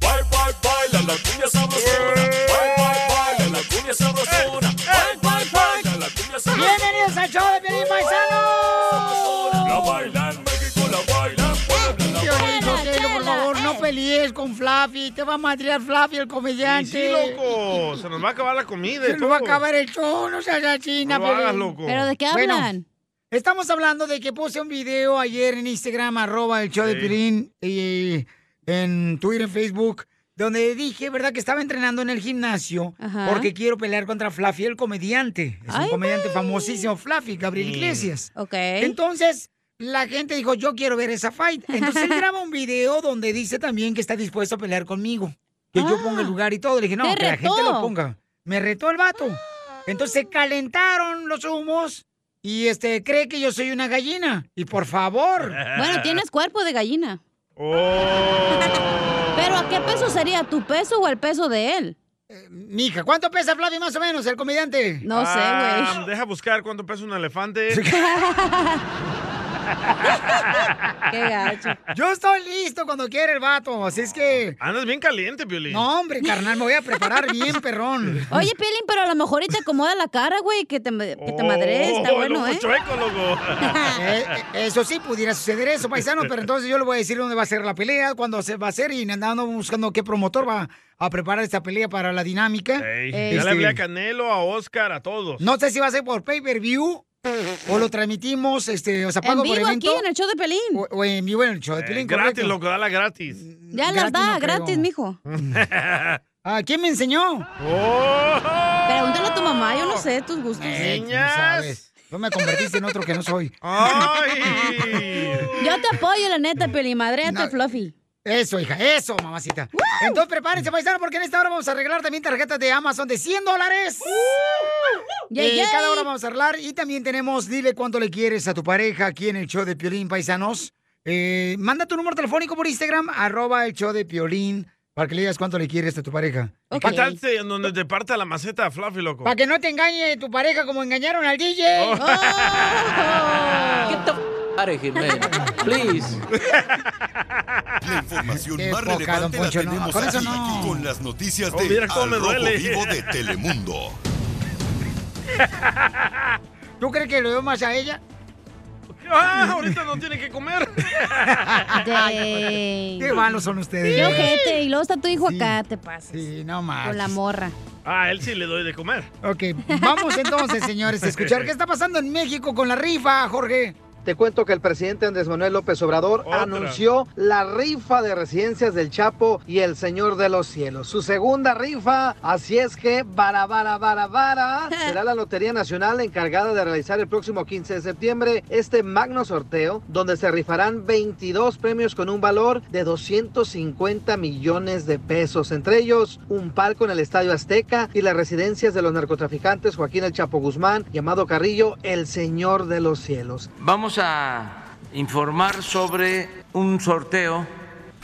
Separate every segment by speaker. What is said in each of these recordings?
Speaker 1: Bye, bye, baila la cumbia sabrosona.
Speaker 2: Eh.
Speaker 1: Bye, bye, baila la cumbia sabrosona. Bye, bye, baila la cumbia sabrosona.
Speaker 2: Bienvenidos al show de Piolín Paisano.
Speaker 1: La baila en México, la baila en Puebla, la
Speaker 2: Piolín Sotelo, por favor,
Speaker 3: eh.
Speaker 2: no pelees con Fluffy. Te va a madrear Fluffy, el
Speaker 4: Y
Speaker 2: comediante.
Speaker 4: Sí, loco, se nos va a acabar la comida. y
Speaker 2: Se nos va a
Speaker 4: todo.
Speaker 2: acabar el show, no seas así,
Speaker 4: No lo
Speaker 2: Napoleón.
Speaker 4: hagas, loco.
Speaker 3: ¿Pero de qué
Speaker 2: Bueno,
Speaker 3: hablan?
Speaker 2: estamos hablando de que puse un video ayer en Instagram, arroba el show de
Speaker 4: Sí.
Speaker 2: Piolín, y en Twitter, en Facebook, donde dije, ¿verdad?, que estaba entrenando en el gimnasio
Speaker 3: Ajá.
Speaker 2: porque quiero pelear contra Fluffy, el comediante. Es
Speaker 3: Ay,
Speaker 2: un comediante famosísimo, Fluffy, Gabriel Iglesias.
Speaker 3: Ok.
Speaker 2: Entonces, la gente dijo, yo quiero ver esa fight. Entonces él graba un video donde dice también que está dispuesto a pelear conmigo. Que yo
Speaker 3: Ah.
Speaker 2: ponga el lugar y todo. Le dije, no, que
Speaker 3: Te
Speaker 2: la gente
Speaker 3: retó.
Speaker 2: lo ponga. Me retó el vato. Entonces se calentaron los humos y este cree que yo soy una gallina. Y por favor.
Speaker 3: Bueno, tienes cuerpo de gallina.
Speaker 4: Oh.
Speaker 3: ¿Pero a qué peso sería? ¿Tu peso o el peso de él?
Speaker 2: Eh, Mija, ¿cuánto pesa Flavio más o menos, el comediante?
Speaker 3: No
Speaker 4: Ah,
Speaker 3: sé,
Speaker 4: Deja buscar cuánto pesa un elefante.
Speaker 3: güey. Qué gacho.
Speaker 2: Yo estoy listo cuando quiera el vato. Así es que.
Speaker 4: Andas bien caliente, Piolín.
Speaker 2: No, hombre, carnal, me voy a preparar bien, perrón.
Speaker 3: Oye, Pelín, pero a lo mejor y te acomoda la cara, güey, que te, que te
Speaker 4: Oh,
Speaker 3: madres. Está
Speaker 4: loco
Speaker 3: bueno, ¿eh?
Speaker 4: chueco, loco.
Speaker 2: Eh, eh, eso sí, pudiera suceder eso, paisano, pero entonces yo le voy a decir dónde va a ser la pelea, cuándo se va a hacer y andando buscando qué promotor va a preparar esta pelea para la dinámica.
Speaker 4: Ey,
Speaker 3: Ey.
Speaker 4: Ya le hablé a
Speaker 2: Este-
Speaker 4: Canelo, a Oscar, a todos.
Speaker 2: No sé si va a ser por pay-per-view o lo transmitimos, este, o sea,
Speaker 3: En
Speaker 2: pago por
Speaker 3: vivo aquí
Speaker 2: evento
Speaker 3: en el show de Pelín.
Speaker 2: o, o en vivo en el show de
Speaker 4: Eh,
Speaker 2: Piolín,
Speaker 4: gratis,
Speaker 2: correcto. Mm,
Speaker 4: loco, dala gratis.
Speaker 3: Ya las
Speaker 2: Gratis
Speaker 3: da,
Speaker 2: no creo.
Speaker 3: gratis,
Speaker 2: Oh.
Speaker 3: mijo.
Speaker 2: Ah, ¿quién me enseñó?
Speaker 4: Oh.
Speaker 3: Pregúntale a tu mamá, yo no sé tus gustos.
Speaker 2: Eh, tú no
Speaker 4: Niñas.
Speaker 2: sabes. Tú me convertiste en otro que no soy.
Speaker 4: Oh. Ay.
Speaker 3: Yo te apoyo, la neta, Pelín. Madreate,
Speaker 2: No.
Speaker 3: Fluffy.
Speaker 2: Eso, hija, eso, mamacita. Entonces prepárense, paisano, porque en esta hora vamos a arreglar también tarjetas de Amazon de 100 dólares.
Speaker 3: Yay,
Speaker 2: Eh,
Speaker 3: yay.
Speaker 2: Cada hora vamos a hablar y también tenemos Dile cuánto le quieres a tu pareja aquí en el show de Piolín Paisanos. Eh, manda tu número telefónico por Instagram, arroba el show de Piolín, para que le digas cuánto le quieres a tu pareja.
Speaker 3: Ok.
Speaker 4: ¿Qué tal te- en donde te parta la maceta a Fluffy, loco?
Speaker 2: Para que no te engañe tu pareja como engañaron al DJ.
Speaker 3: Oh.
Speaker 5: Get the f out of here, man. Please.
Speaker 6: La información
Speaker 2: Qué
Speaker 6: más
Speaker 2: poca, don
Speaker 6: relevante la
Speaker 2: Poncho, no,
Speaker 6: tenemos
Speaker 2: con eso
Speaker 6: aquí,
Speaker 2: no.
Speaker 6: con las noticias
Speaker 4: Oh,
Speaker 6: de
Speaker 4: mira cómo
Speaker 6: Al
Speaker 4: me
Speaker 6: Rojo
Speaker 4: duele.
Speaker 6: Vivo de Telemundo.
Speaker 2: ¿Tú crees que lo veo más a ella?
Speaker 4: Ah, ahorita no tiene que comer.
Speaker 3: Dang.
Speaker 2: Qué malos son ustedes. ¿eh?
Speaker 3: Qué
Speaker 2: ¿no?
Speaker 3: ojete. Y luego está tu hijo
Speaker 2: Sí.
Speaker 3: acá, te pasas.
Speaker 2: Sí, no más.
Speaker 3: Con la morra.
Speaker 4: Ah, él sí le doy de comer.
Speaker 2: Ok, vamos entonces, señores, a escuchar qué está pasando en México con la rifa, Jorge.
Speaker 7: Te cuento que el presidente Andrés Manuel López Obrador
Speaker 4: Otra.
Speaker 7: anunció la rifa de residencias del Chapo y el Señor de los Cielos. Su segunda rifa, así es que vara, vara, vara, vara, será la Lotería Nacional encargada de realizar el próximo 15 de septiembre este magno sorteo, donde se rifarán 22 premios con un valor de 250 millones de pesos, entre ellos un palco en el Estadio Azteca y las residencias de los narcotraficantes Joaquín El Chapo Guzmán, llamado Carrillo, el Señor de los Cielos.
Speaker 5: Vamos a informar sobre un sorteo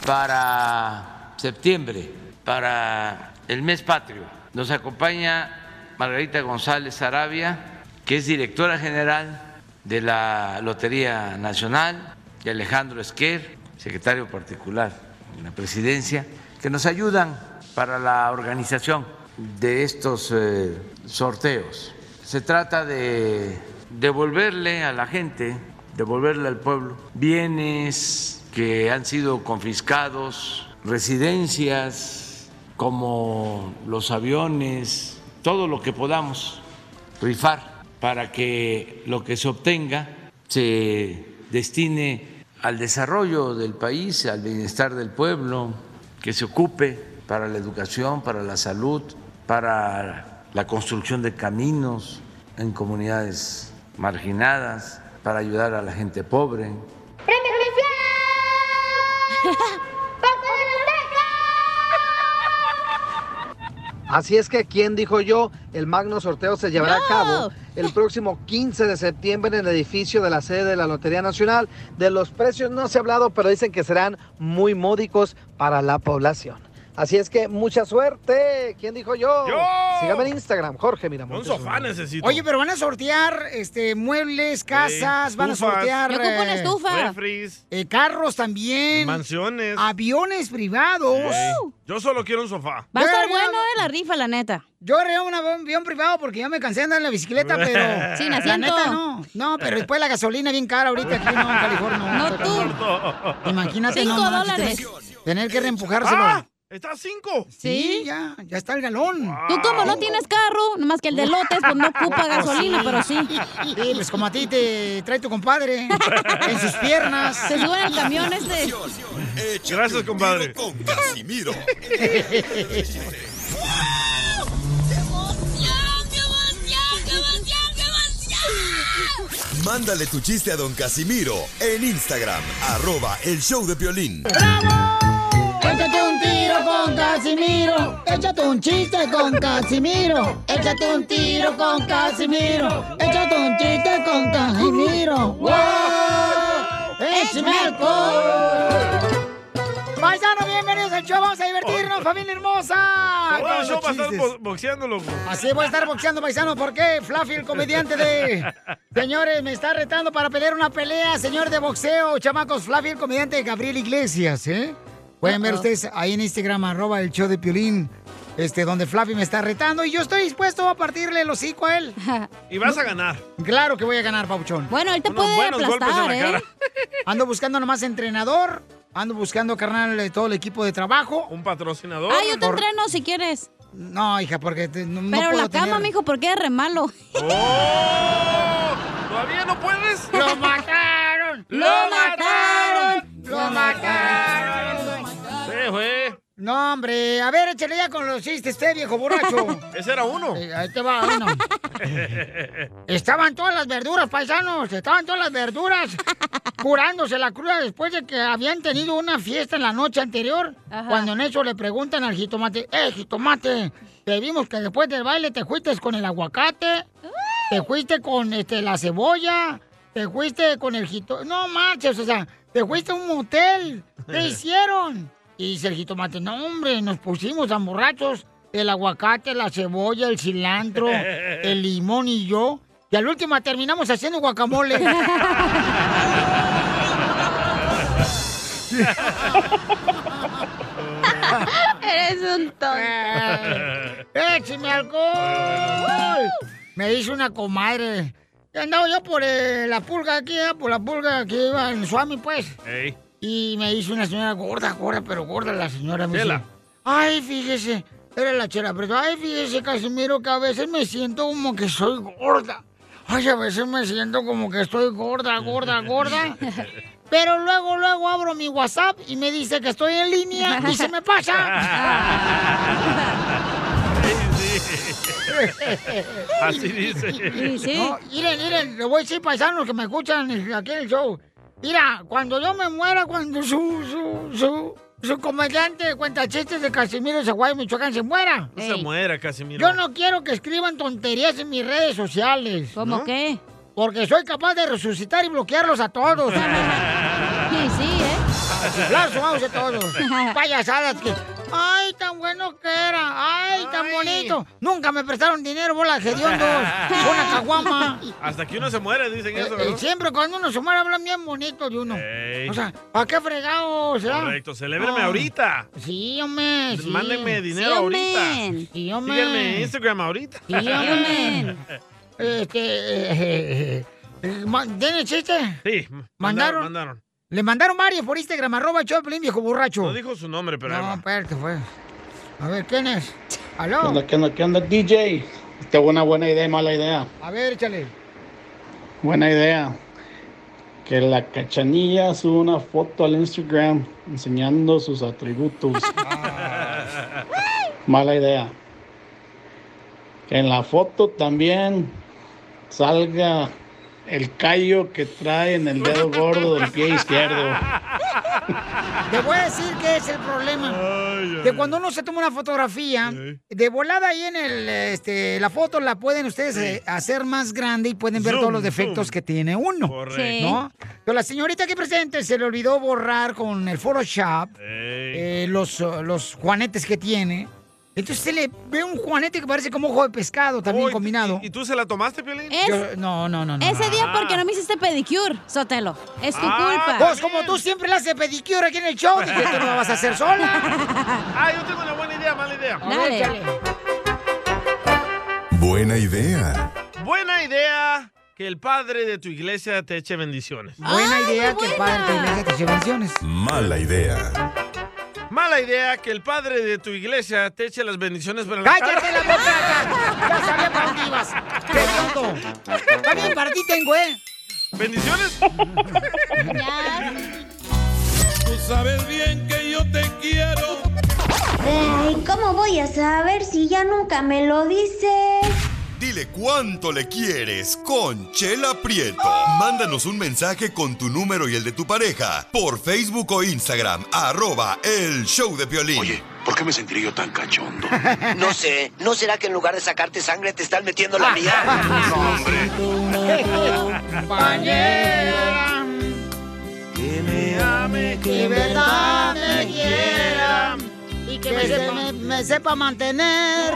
Speaker 5: para septiembre, para el mes patrio. Nos acompaña Margarita González Arabia, que es directora general de la Lotería Nacional, y Alejandro Esquer, secretario particular en la presidencia, que nos ayudan para la organización de estos eh, sorteos. Se trata de devolverle a la gente, devolverle al pueblo bienes que han sido confiscados, residencias como los aviones, todo lo que podamos rifar para que lo que se obtenga se destine al desarrollo del país, al bienestar del pueblo, que se ocupe para la educación, para la salud, para la construcción de caminos en comunidades marginadas, para ayudar a la gente pobre.
Speaker 1: ¡Premio Judicial!
Speaker 7: Así es que, ¿quién dijo yo? El magno sorteo se llevará a cabo el próximo 15 de septiembre en el edificio de la sede de la Lotería Nacional. De los precios no se ha hablado, pero dicen que serán muy módicos para la población. Así es que mucha suerte. ¿Quién dijo yo?
Speaker 4: Yo.
Speaker 7: Sígame en Instagram, Jorge Miramontes.
Speaker 4: Un sofá necesito.
Speaker 2: Oye, pero van a sortear este muebles, casas, van a
Speaker 4: estufas.
Speaker 2: sortear
Speaker 4: Yo ocupo una
Speaker 2: eh,
Speaker 4: estufa. Refris.
Speaker 2: eh, carros también,
Speaker 4: Mansiones.
Speaker 2: aviones privados.
Speaker 4: Sí. Yo solo quiero un sofá.
Speaker 3: Uh, Va a estar bueno eh, la rifa, la neta.
Speaker 2: Yo arreglé un avión privado porque ya me cansé de andar en la bicicleta, pero.
Speaker 3: Sin
Speaker 2: la
Speaker 3: asiento.
Speaker 2: neta, no. No, pero después la gasolina bien cara ahorita aquí no, en California.
Speaker 3: No,
Speaker 2: tú. Imagínate,
Speaker 3: Cinco
Speaker 2: no manches,
Speaker 3: dólares.
Speaker 2: Tener, tener que reempujárselo.
Speaker 4: ¡Ah! ¿Está a cinco?
Speaker 2: Sí, ya, ya está el galón.
Speaker 3: Tú como no tienes carro, nomás que el de lotes, pues no ocupa gasolina, pero sí.
Speaker 2: Oh, Sí, pues como a ti te trae tu compadre en sus piernas.
Speaker 3: Se sube en el camión este.
Speaker 4: Gracias, compadre.
Speaker 6: Con Casimiro. Mándale tu chiste a don Casimiro en Instagram, arroba el show de violín.
Speaker 2: Échate un tiro con Casimiro. Échate un chiste con Casimiro. Échate un tiro con Casimiro. Échate un chiste con Casimiro. ¡Wow! ¡Échame alcohol! Paisano, bienvenidos al show. Vamos a divertirnos, familia hermosa.
Speaker 4: Todo el
Speaker 2: Con
Speaker 4: show Ah,
Speaker 2: los
Speaker 4: va a estar
Speaker 2: chistes.
Speaker 4: bo- boxeando, loco.
Speaker 2: Así voy a estar boxeando, paisano. ¿Por qué? Fluffy, el comediante de... Señores, me está retando para pelear una pelea, señor de boxeo. Chamacos, Fluffy, el comediante de Gabriel Iglesias, ¿eh? Pueden ver
Speaker 3: Uh-oh.
Speaker 2: ustedes ahí en Instagram, arroba el show de Piolín, este, donde Fluffy me está retando. Y yo estoy dispuesto a partirle el hocico a él.
Speaker 4: Y vas a ganar.
Speaker 2: Claro que voy a ganar, Pauchón.
Speaker 3: Bueno, él te
Speaker 4: Unos
Speaker 3: puede
Speaker 4: buenos golpes en
Speaker 3: aplastar,
Speaker 4: la
Speaker 3: ¿eh?
Speaker 4: cara.
Speaker 2: Ando buscando nomás entrenador. Ando buscando, carnal, eh, todo el equipo de trabajo.
Speaker 4: Un patrocinador.
Speaker 3: Ah, yo te
Speaker 2: Por-
Speaker 3: entreno si quieres.
Speaker 2: No, hija, porque te- no, no
Speaker 3: Pero
Speaker 2: puedo
Speaker 3: la cama,
Speaker 2: tener-
Speaker 3: mijo, porque es re malo.
Speaker 4: ¡Oh! ¿Todavía no puedes?
Speaker 2: ¡Lo mataron! ¡Lo mataron! ¡Lo mataron!
Speaker 4: Sí, güey.
Speaker 2: No, hombre. A ver, échale ya con los chistes, usted, viejo borracho.
Speaker 4: Ese era uno.
Speaker 2: Eh, ahí te va uno. Estaban todas las verduras, paisanos. Estaban todas las verduras curándose la cruda después de que habían tenido una fiesta en la noche anterior.
Speaker 3: Ajá.
Speaker 2: Cuando en eso le preguntan al jitomate, ¡eh, jitomate! Te vimos que después del baile te fuiste con el aguacate, te fuiste con este, la cebolla, te fuiste con el jitomate. No marches, o sea, te fuiste a un motel. ¿Qué hicieron? Y dice el jitomate, no, hombre, nos pusimos a borrachos. El aguacate, la cebolla, el cilantro, el limón y yo. Y al último terminamos haciendo guacamole.
Speaker 3: Eres un
Speaker 2: Eh, ¡Écheme alcohol! Me dice una comadre. que Andaba yo por eh, la pulga aquí, ah, por la pulga que iba en Suami, pues.
Speaker 4: Ey.
Speaker 2: Y me dice una señora gorda, gorda, pero gorda la señora. Me
Speaker 4: Chela.
Speaker 2: dice, Ay, fíjese. Era la chela, pero ay, fíjese, Casimiro, que a veces me siento como que soy gorda. Ay, a veces me siento como que estoy gorda, gorda, gorda. Pero luego, luego abro mi WhatsApp y me dice que estoy en línea y se me pasa.
Speaker 4: Sí, sí. Así dice.
Speaker 3: Y sí.
Speaker 2: No, miren, miren, le voy a decir paisanos que me escuchan en aquel show. Mira, cuando yo me muera, cuando su, su, su, su comediante de cuenta chistes de Casimiro Zaguay, Michoacán, se muera.
Speaker 4: No se
Speaker 3: Ey.
Speaker 4: muera, Casimiro.
Speaker 2: Yo no quiero que escriban tonterías en mis redes sociales,
Speaker 3: ¿Cómo
Speaker 4: ¿No?
Speaker 3: qué?
Speaker 2: porque soy capaz de resucitar y bloquearlos a todos.
Speaker 3: Sí, sí, ¿eh?
Speaker 2: Los vamos a todos. Payasadas que. Ay, tan bueno que era. Ay, tan
Speaker 4: Ay.
Speaker 2: bonito. Nunca me prestaron dinero, bola de hediondos. Una caguama.
Speaker 4: Hasta que uno se muere, dicen eso,
Speaker 2: Eh, eh,
Speaker 4: ¿verdad?
Speaker 2: siempre cuando uno se muere hablan bien bonito de uno.
Speaker 4: Ey.
Speaker 2: O sea, ¿para qué fregados? será?
Speaker 4: Correcto, celébreme
Speaker 2: Ah,
Speaker 4: ahorita.
Speaker 2: Sí, hombre. Sí.
Speaker 4: Mándenme dinero
Speaker 3: Sí,
Speaker 4: ahorita.
Speaker 3: hombre.
Speaker 2: Sí, hombre.
Speaker 4: Síganme en Instagram ahorita.
Speaker 2: Sí, hombre. Este. eh, eh, eh, ma- ¿Tiene chiste?
Speaker 4: Sí,
Speaker 2: Mandaron.
Speaker 4: mandaron. mandaron.
Speaker 2: Le mandaron varios por Instagram, arroba Choplin, viejo borracho.
Speaker 4: No dijo su nombre, pero ahí
Speaker 2: No,
Speaker 4: va.
Speaker 2: espérate, fue. A ver, ¿quién es? ¿Aló?
Speaker 8: ¿Qué onda, qué onda, DJ? Esta es una buena idea y mala idea.
Speaker 2: A ver, échale.
Speaker 8: Buena idea. Que la cachanilla suba una foto al Instagram enseñando sus atributos. mala idea. Que en la foto también salga el callo que trae en el dedo gordo del pie izquierdo.
Speaker 2: Te voy a decir que es el problema. que cuando uno se toma una fotografía, de volada ahí en el, este, la foto la pueden ustedes eh, hacer más grande y pueden ver
Speaker 1: Zoom,
Speaker 2: todos los defectos
Speaker 1: zoom.
Speaker 2: que tiene uno.
Speaker 1: Correcto.
Speaker 2: ¿no? Pero la señorita que presente se le olvidó borrar con el Photoshop eh, los, eh, los juanetes que tiene. Entonces se le ve un juanete que parece como ojo de pescado también combinado.
Speaker 4: ¿Y tú se la tomaste, Piolín?
Speaker 3: Es-
Speaker 2: Yo- no, no, no, no.
Speaker 3: Ese día porque no me hiciste pedicure, Sotelo. Es tu
Speaker 2: Ah,
Speaker 3: culpa.
Speaker 2: Pues como tú siempre le haces pedicure aquí en el show, dije, tú no la vas a hacer sola.
Speaker 4: Ah, yo tengo una buena idea, mala idea.
Speaker 2: Dale. Échale.
Speaker 6: Buena idea.
Speaker 4: Buena idea que el padre de tu iglesia te eche bendiciones.
Speaker 2: Ah. Buena idea que ¿eh? el padre te iglesia te lleve bendiciones.
Speaker 6: Mala idea.
Speaker 4: Mala idea que el padre de tu iglesia te eche las bendiciones para
Speaker 2: ¡Cállate la boca! ca- Ya sabía para dónde ibas. ¡Qué tonto! También para ti tengo, ¿eh?
Speaker 4: ¿Bendiciones?
Speaker 1: Tú sabes bien que yo te quiero.
Speaker 9: Ay, ¿cómo voy a saber si ya nunca me lo dices?
Speaker 6: Dile cuánto le quieres con Chela Prieto. Mándanos un mensaje con tu número y el de tu pareja por Facebook o Instagram, arroba el show de Piolín. Oye, ¿por qué me sentiré yo tan cachondo?
Speaker 10: No sé, ¿no será que en lugar de sacarte sangre te están metiendo la mía? No, hombre.
Speaker 1: Compañera.
Speaker 4: Que me ame,
Speaker 2: Que verdad me quiera y que, me, sepa. Me, sepa mantener.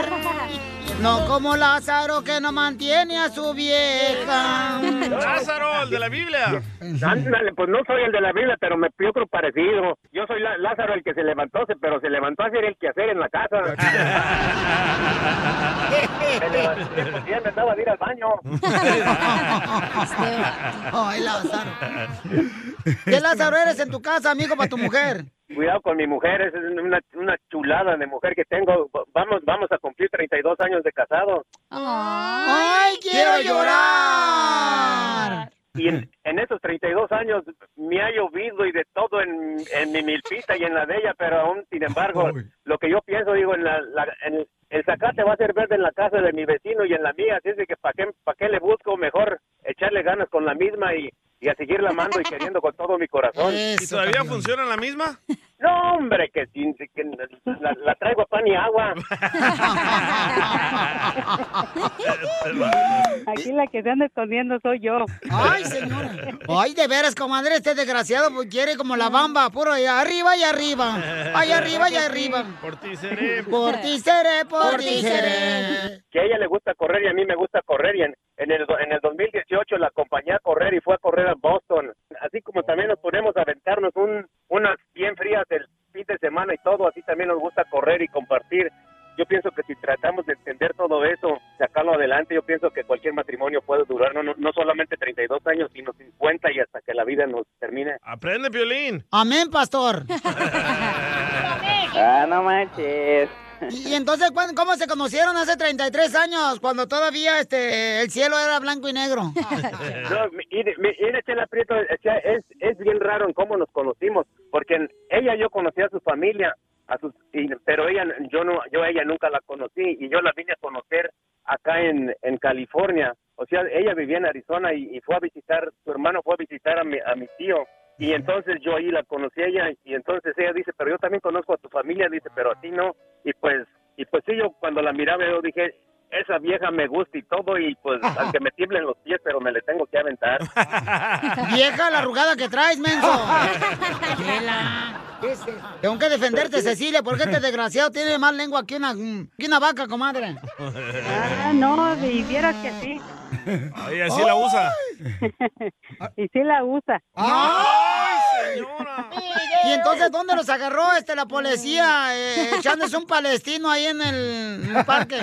Speaker 2: No como Lázaro que no mantiene a su vieja.
Speaker 4: Lázaro, el de la Biblia.
Speaker 11: Ándale, pues no soy el de la Biblia, pero me yo creo parecido. Yo soy la- Lázaro el que se levantó, se- pero se levantó a hacer el quehacer en la casa. Se levanté, pues, ya me andaba de ir al baño.
Speaker 2: Este, Ay, Lázaro. ¿Qué Lázaro eres en tu casa, amigo, para tu mujer?
Speaker 11: Cuidado con mi mujer, esa es una, una chulada de mujer que tengo. Va- Vamos, vamos a cumplir 32 años de casado.
Speaker 2: ¡Ay, quiero llorar!
Speaker 11: Y en, en esos 32 años me ha llovido y de todo en, en mi milpita y en la de ella, pero aún, sin embargo, lo que yo pienso, digo, en la, la- en el, el zacate va a ser verde en la casa de mi vecino y en la mía, así es de que ¿para qué, pa' qué le busco? Mejor echarle ganas con la misma y, y a seguirla amando y queriendo con todo mi corazón.
Speaker 4: ¿Y todavía funciona la misma?
Speaker 11: No, hombre, que, sin- que la, la traigo a pan y agua.
Speaker 12: Aquí la que se anda escondiendo soy yo.
Speaker 2: Ay, señora. Ay, de veras, comadre, este desgraciado pues, quiere como la bamba, puro allá arriba y arriba. Ay, arriba y arriba.
Speaker 4: Por ti seré.
Speaker 2: Por ti seré, por ti seré.
Speaker 11: que a ella le gusta correr y a mí me gusta correr y en, en el do- en el 2018 la acompañé a correr y fue a correr a Boston así como también nos ponemos a aventarnos un, unas bien frías el fin de semana y todo así también nos gusta correr y compartir yo pienso que si tratamos de entender todo eso, sacarlo adelante, yo pienso que cualquier matrimonio puede durar no, no, no solamente 32 años, sino 50 y hasta que la vida nos termine.
Speaker 4: Aprende, Piolín.
Speaker 2: Amén, pastor.
Speaker 12: Ah, no manches.
Speaker 2: Y, y entonces, ¿cuán- ¿cómo se conocieron hace 33 años, cuando todavía este el cielo era blanco y negro?
Speaker 11: No, mi- mire, mi- mire, Chela Prieto, o sea, es, es bien raro en cómo nos conocimos, porque en- ella yo conocía a su familia, a sus, y- pero ella, yo no, yo a ella nunca la conocí y yo la vine a conocer acá en, en California. O sea, ella vivía en Arizona y, y fue a visitar, su hermano fue a visitar a mi, a mi tío. Y entonces yo ahí la conocí a ella y entonces ella dice, pero yo también conozco a tu familia, dice, pero a ti no. Y pues, y pues sí, yo cuando la miraba yo dije, esa vieja me gusta y todo y pues aunque me tiemblen los pies, pero me le tengo que aventar.
Speaker 2: Vieja la arrugada que traes, menso. Tengo que defenderte, Cecilia, porque este desgraciado tiene más lengua que una, que una vaca, comadre.
Speaker 12: Ah, no, si vieras que sí.
Speaker 4: Ahí así la usa.
Speaker 12: y sí la usa.
Speaker 2: ¡Ay, señora! Ah. ¿Y entonces dónde los agarró este la policía? Eh, echándose un palestino ahí en el, en el parque.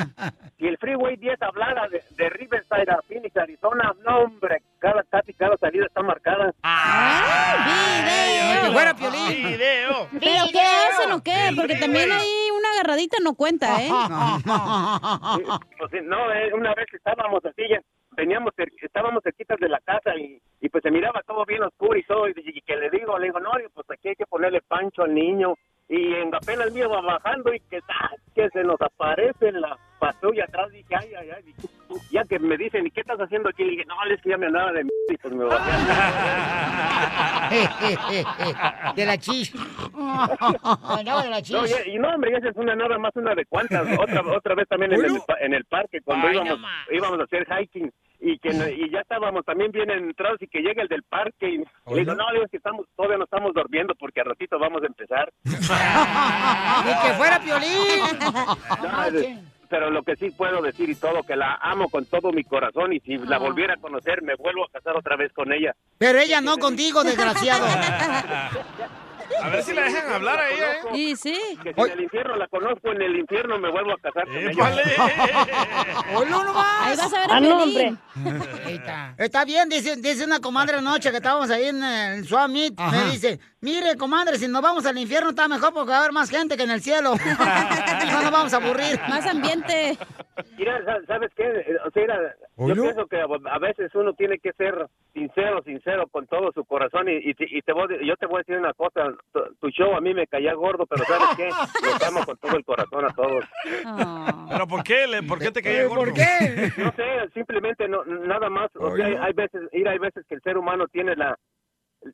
Speaker 11: Y el Freeway 10 hablaba de, de Riverside a Phoenix, Arizona, no hombre, cada, casi cada salida está marcada.
Speaker 2: ¡Video!
Speaker 11: que fuera Piolín.
Speaker 2: ¡Video!
Speaker 3: ¿Pero qué hacen o qué? Porque también ahí una agarradita no cuenta, ¿eh?
Speaker 11: Pues, sí, no, eh, una vez que estábamos así, ya veníamos, cer- estábamos cerquitas de la casa y, y pues se miraba todo bien oscuro y todo, y, y que le digo, le digo, no, pues aquí hay que ponerle pancho al niño, y en, apenas mío va bajando y que, ¡tac! que se nos aparece la patrulla atrás, dije, ay, ay, ay, dije, ya que me dicen, ¿y qué estás haciendo aquí? Le dije, no, es que ya me andaba de m***, y pues me bajé.
Speaker 2: De la chis. Andaba de la chis.
Speaker 11: No, ya- y no, hombre, esa es una nada más, una de cuantas. Otra, otra vez también en, el, pa- en el parque, cuando
Speaker 2: Ay, no
Speaker 11: íbamos, íbamos a hacer hiking y que no- y ya estábamos también bien entrados y que llega el del parque y le digo, no, digo, es que estamos, todavía no estamos durmiendo porque al ratito vamos a empezar.
Speaker 2: ¡Ni que fuera Piolín!
Speaker 11: No, de- pero lo que sí puedo decir y todo, que la amo con todo mi corazón y si
Speaker 2: Ah.
Speaker 11: la volviera a conocer me vuelvo a casar otra vez con ella.
Speaker 2: Pero ella no contigo, desgraciado.
Speaker 11: A
Speaker 4: ver si la dejan hablar a ella, ¿eh?
Speaker 11: Y sí. Que si en el infierno la conozco, en el infierno me vuelvo a casar con ella.
Speaker 2: Ahí vas a ver
Speaker 11: Ah,
Speaker 2: a
Speaker 11: no,
Speaker 2: Piolín. Ahí está. Está bien, dice, dice una comadre anoche que estábamos ahí en el Swap Meet,
Speaker 1: Ajá.
Speaker 2: Me dice, mire, comadre, si nos vamos al infierno está mejor porque va a haber más gente que en el cielo. no nos vamos a aburrir. Más ambiente.
Speaker 11: Mira, sa- ¿sabes qué? Eh, O sea, mira, yo pienso que a- a veces uno tiene que ser sincero, sincero con todo su corazón y, y te- y te voy, a de- yo te voy a decir una cosa, tu, tu show a mí me caía gordo, pero ¿sabes qué? Los amo con todo el corazón a todos.
Speaker 4: ¿Pero por qué? le- Eh, ¿Por qué te caía gordo?
Speaker 11: No sé, simplemente no, nada más, o sea, hay, hay veces, mira, hay veces que el ser humano tiene la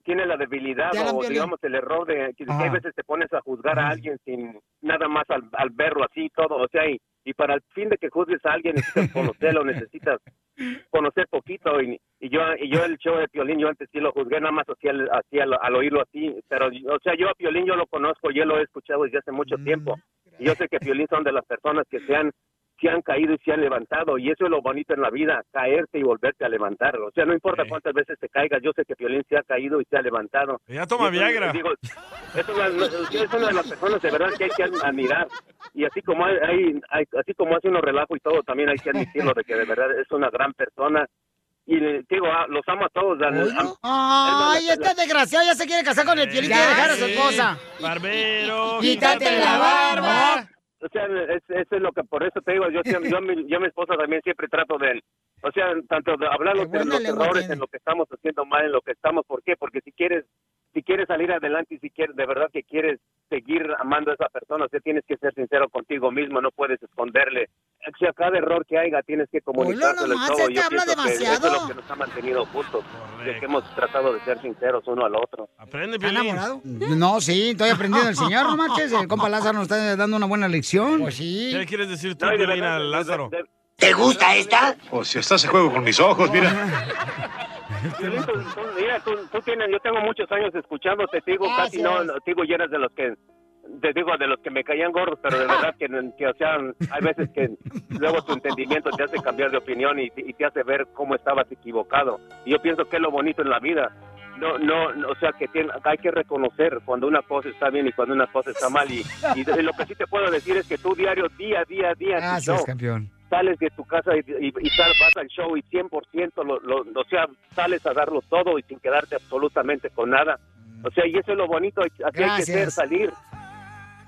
Speaker 11: tiene la debilidad
Speaker 4: Ya, Ah.
Speaker 11: o
Speaker 4: Piolín.
Speaker 11: digamos el error de que, que
Speaker 4: Ajá.
Speaker 11: hay veces te pones a juzgar a alguien sin nada más al, al verlo así y todo, o sea, y, y para el fin de que juzgues a alguien necesitas conocerlo, necesitas conocer poquito y, y yo y yo el show de Piolín yo antes sí lo juzgué nada más así al, así al, al oírlo así, pero o sea, yo a Piolín yo lo conozco, yo lo he escuchado desde hace
Speaker 4: Mm,
Speaker 11: mucho tiempo. Y yo sé que Piolín son de las personas que se han se han caído y se han levantado. Y eso es lo bonito en la vida, caerte y volverte a levantar. O sea, no importa cuántas veces te caigas, yo sé que Piolín se ha caído y se ha levantado.
Speaker 4: Ya toma
Speaker 11: Y eso,
Speaker 4: Viagra.
Speaker 11: digo, es una, es una de las personas de verdad que hay que admirar. Y así como hay, hay- hay- así como hace unos relajo y todo, también hay que admitirlo de que de verdad es una gran persona. Y le digo, ah, los amo a todos. a- a-
Speaker 2: Ay, este desgraciado Eh, ya se quiere casar con el Piolín y quiere dejar a su
Speaker 11: sí.
Speaker 2: esposa.
Speaker 4: Barbero.
Speaker 2: Quítate la barba.
Speaker 11: O sea, es- eso es lo que por eso te digo. Yo, siempre- yo, a mi, yo a mi esposa también siempre trato de, o sea, tanto de hablar los, los errores en lo que estamos haciendo mal, en lo que estamos. ¿Por qué? Porque si quieres, si quieres salir adelante y si quieres, de verdad que quieres seguir amando a esa persona, o sea, tienes que ser sincero contigo mismo, no puedes esconderle. O sea, cada error que haya tienes que comunicárselo y
Speaker 2: nomás,
Speaker 11: todo. Yo
Speaker 2: él te habla
Speaker 11: pienso que eso es
Speaker 2: demasiado.
Speaker 11: lo que nos ha mantenido juntos, de que hemos tratado de ser sinceros uno al otro.
Speaker 4: Aprende,
Speaker 2: ¿Está enamorado? No, sí, estoy aprendiendo el señor, no marches. El compa Lázaro nos está dando una buena lección. Pues sí.
Speaker 4: ¿Qué le quieres decir tú, Piolín, a Lázaro?
Speaker 2: ¿Te gusta esta?
Speaker 13: O si estás se juego con mis ojos, mira.
Speaker 11: Piolín, tú- tú- mira, tú, tú tienes, yo tengo muchos años escuchándote, te digo, casi no, no, te digo, ya eras de los que, te digo, de los que me caían gordos, pero de verdad que, que, o sea, hay veces que luego tu entendimiento te hace cambiar de opinión y, te- y te hace ver cómo estabas equivocado. Y yo pienso que es lo bonito en la vida. No, no, no, o sea, que tiene- hay que reconocer cuando una cosa está bien y cuando una cosa está mal. Y, y de- lo que sí te puedo decir es que tú diario, día, día, día, en tu
Speaker 2: Gracias,
Speaker 11: show,
Speaker 2: campeón.
Speaker 11: sales de tu casa y, y, y sal- vas al show y 100% lo, lo, o sea, sales a darlo todo y sin quedarte absolutamente con nada. O sea, y eso es lo bonito, así hay que
Speaker 2: Gracias.
Speaker 11: ser, salir.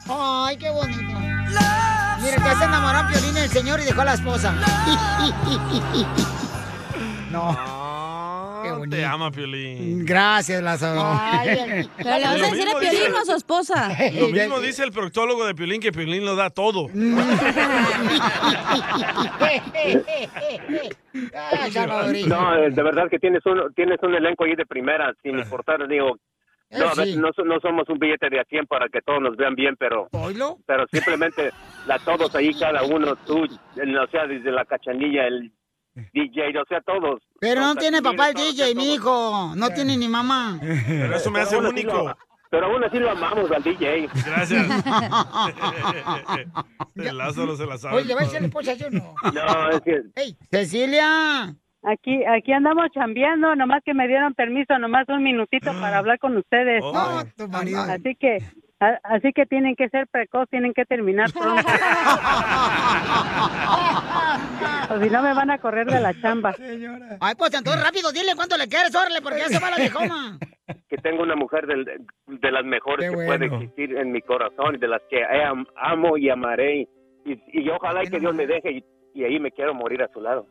Speaker 2: Ay, qué bonito. Mira, ya se enamoró a Piolín el señor y dejó a la esposa. No. Qué bonito.
Speaker 4: Te ama, Piolín.
Speaker 2: Gracias, Lázaro.
Speaker 4: Ay, el-
Speaker 3: ¿Le vas
Speaker 4: Lo
Speaker 3: a decir
Speaker 4: mismo
Speaker 3: a Piolín
Speaker 4: dice-
Speaker 3: o a su esposa?
Speaker 4: Lo mismo dice el proctólogo de Piolín, que Piolín lo da todo.
Speaker 2: Ay, Salvadorín.
Speaker 11: No, eh, de verdad que tienes un, tienes un elenco ahí de primera, sin importar, digo,
Speaker 1: Eh,
Speaker 11: no, a veces no, so- no somos un billete de a 100 para que todos nos vean bien, pero pero simplemente la todos ahí, cada uno, tú, el- o sea, desde la cachanilla, el DJ, o sea, todos.
Speaker 2: Pero no
Speaker 11: Los
Speaker 2: tiene papá el
Speaker 11: taquilleros,
Speaker 2: DJ, mi hijo. No tiene ni mamá.
Speaker 11: Pero
Speaker 4: eso me hace
Speaker 11: aún así
Speaker 4: único.
Speaker 11: lo- pero aún así lo amamos al DJ.
Speaker 4: Gracias. El Lázaro se la sabe.
Speaker 2: Ah, Oye, ¿le va a decir a la esposa yo no?
Speaker 11: No, es que...
Speaker 2: Cecilia.
Speaker 12: Aquí, aquí andamos chambeando, nomás que me dieron permiso, nomás un minutito para hablar con ustedes.
Speaker 2: No, Ah. Oh, tu marido.
Speaker 12: Así que, a- así que tienen que ser precoz, tienen que terminar pronto. O si no, me van a correr de la chamba.
Speaker 2: Ay, pues entonces rápido, dile cuánto le quieres, órale, porque ya se va la viejoma.
Speaker 11: que tengo una mujer del- de las mejores que puede existir en mi corazón, de las que he am- amo y amaré. Y, y ojalá que Dios me deje y, y ahí me quiero morir a su lado.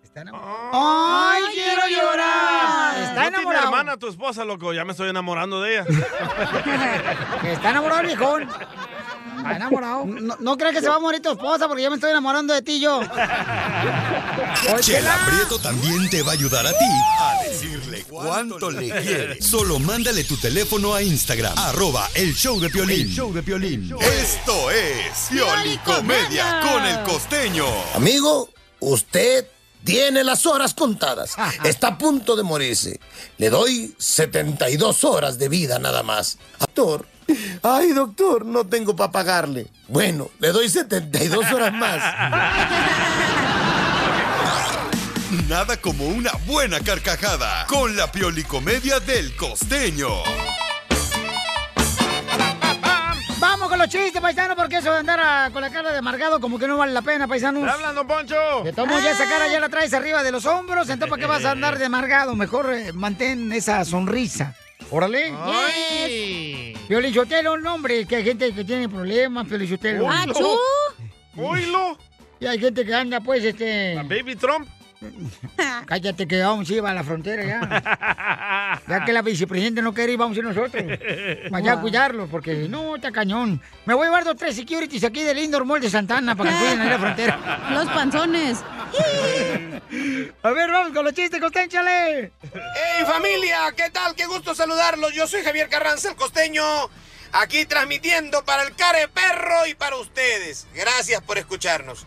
Speaker 2: ¡Ay, quiero llorar!
Speaker 4: No
Speaker 2: Ah, Está
Speaker 4: tiene
Speaker 2: enamorado.
Speaker 4: hermana tu esposa, loco. Ya me estoy enamorando de ella.
Speaker 2: Está enamorado el viejón. Está enamorado. No, no crees que se va a morir tu esposa porque yo me estoy enamorando de ti yo.
Speaker 6: Chela Prieto también te va a ayudar a ti a decirle cuánto le quieres. Solo mándale tu teléfono a Instagram, arroba el show de Piolín.
Speaker 14: El
Speaker 6: show de Esto es Pioli Comedia con el costeño.
Speaker 14: Amigo, usted tiene las horas contadas. Está a punto de morirse. Le doy 72 horas de vida nada más. Doctor, ay doctor, no tengo para pagarle. Bueno, le doy 72 horas más.
Speaker 6: Nada como una buena carcajada con la Pioli Comedia del costeño.
Speaker 2: Vamos con los chistes, paisano, porque eso de andar a- con la cara de amargado como que no vale la pena, paisanos.
Speaker 4: hablan, don Poncho!
Speaker 2: Que tomo ya esa cara, ya la traes arriba de los hombros, entonces ¿para qué vas a andar de amargado? Mejor eh, mantén esa sonrisa. Órale.
Speaker 4: Ay.
Speaker 2: Piolichotelo, un hombre, que hay gente que tiene problemas, Piolichotelo.
Speaker 4: Oilo. Achú.
Speaker 2: ¡Oilo! Y hay gente que anda, pues, este... ¿La Baby Trump? Cállate que vamos a ir a la frontera ya. ya que la vicepresidenta no quiere ir, vamos a ir nosotros. Vaya a
Speaker 15: Wow.
Speaker 2: cuidarlos, porque no, está cañón. Me voy a llevar dos, tres securities aquí del Indoor Mall de Santana para que cuiden ahí la frontera.
Speaker 3: Los
Speaker 2: panzones. a ver, vamos con los chistes, costénchale.
Speaker 16: ¡Hey familia! ¿Qué tal? ¡Qué gusto saludarlos! Yo soy Javier Carranza, el costeño, aquí transmitiendo para el Care Perro y para ustedes. Gracias por escucharnos.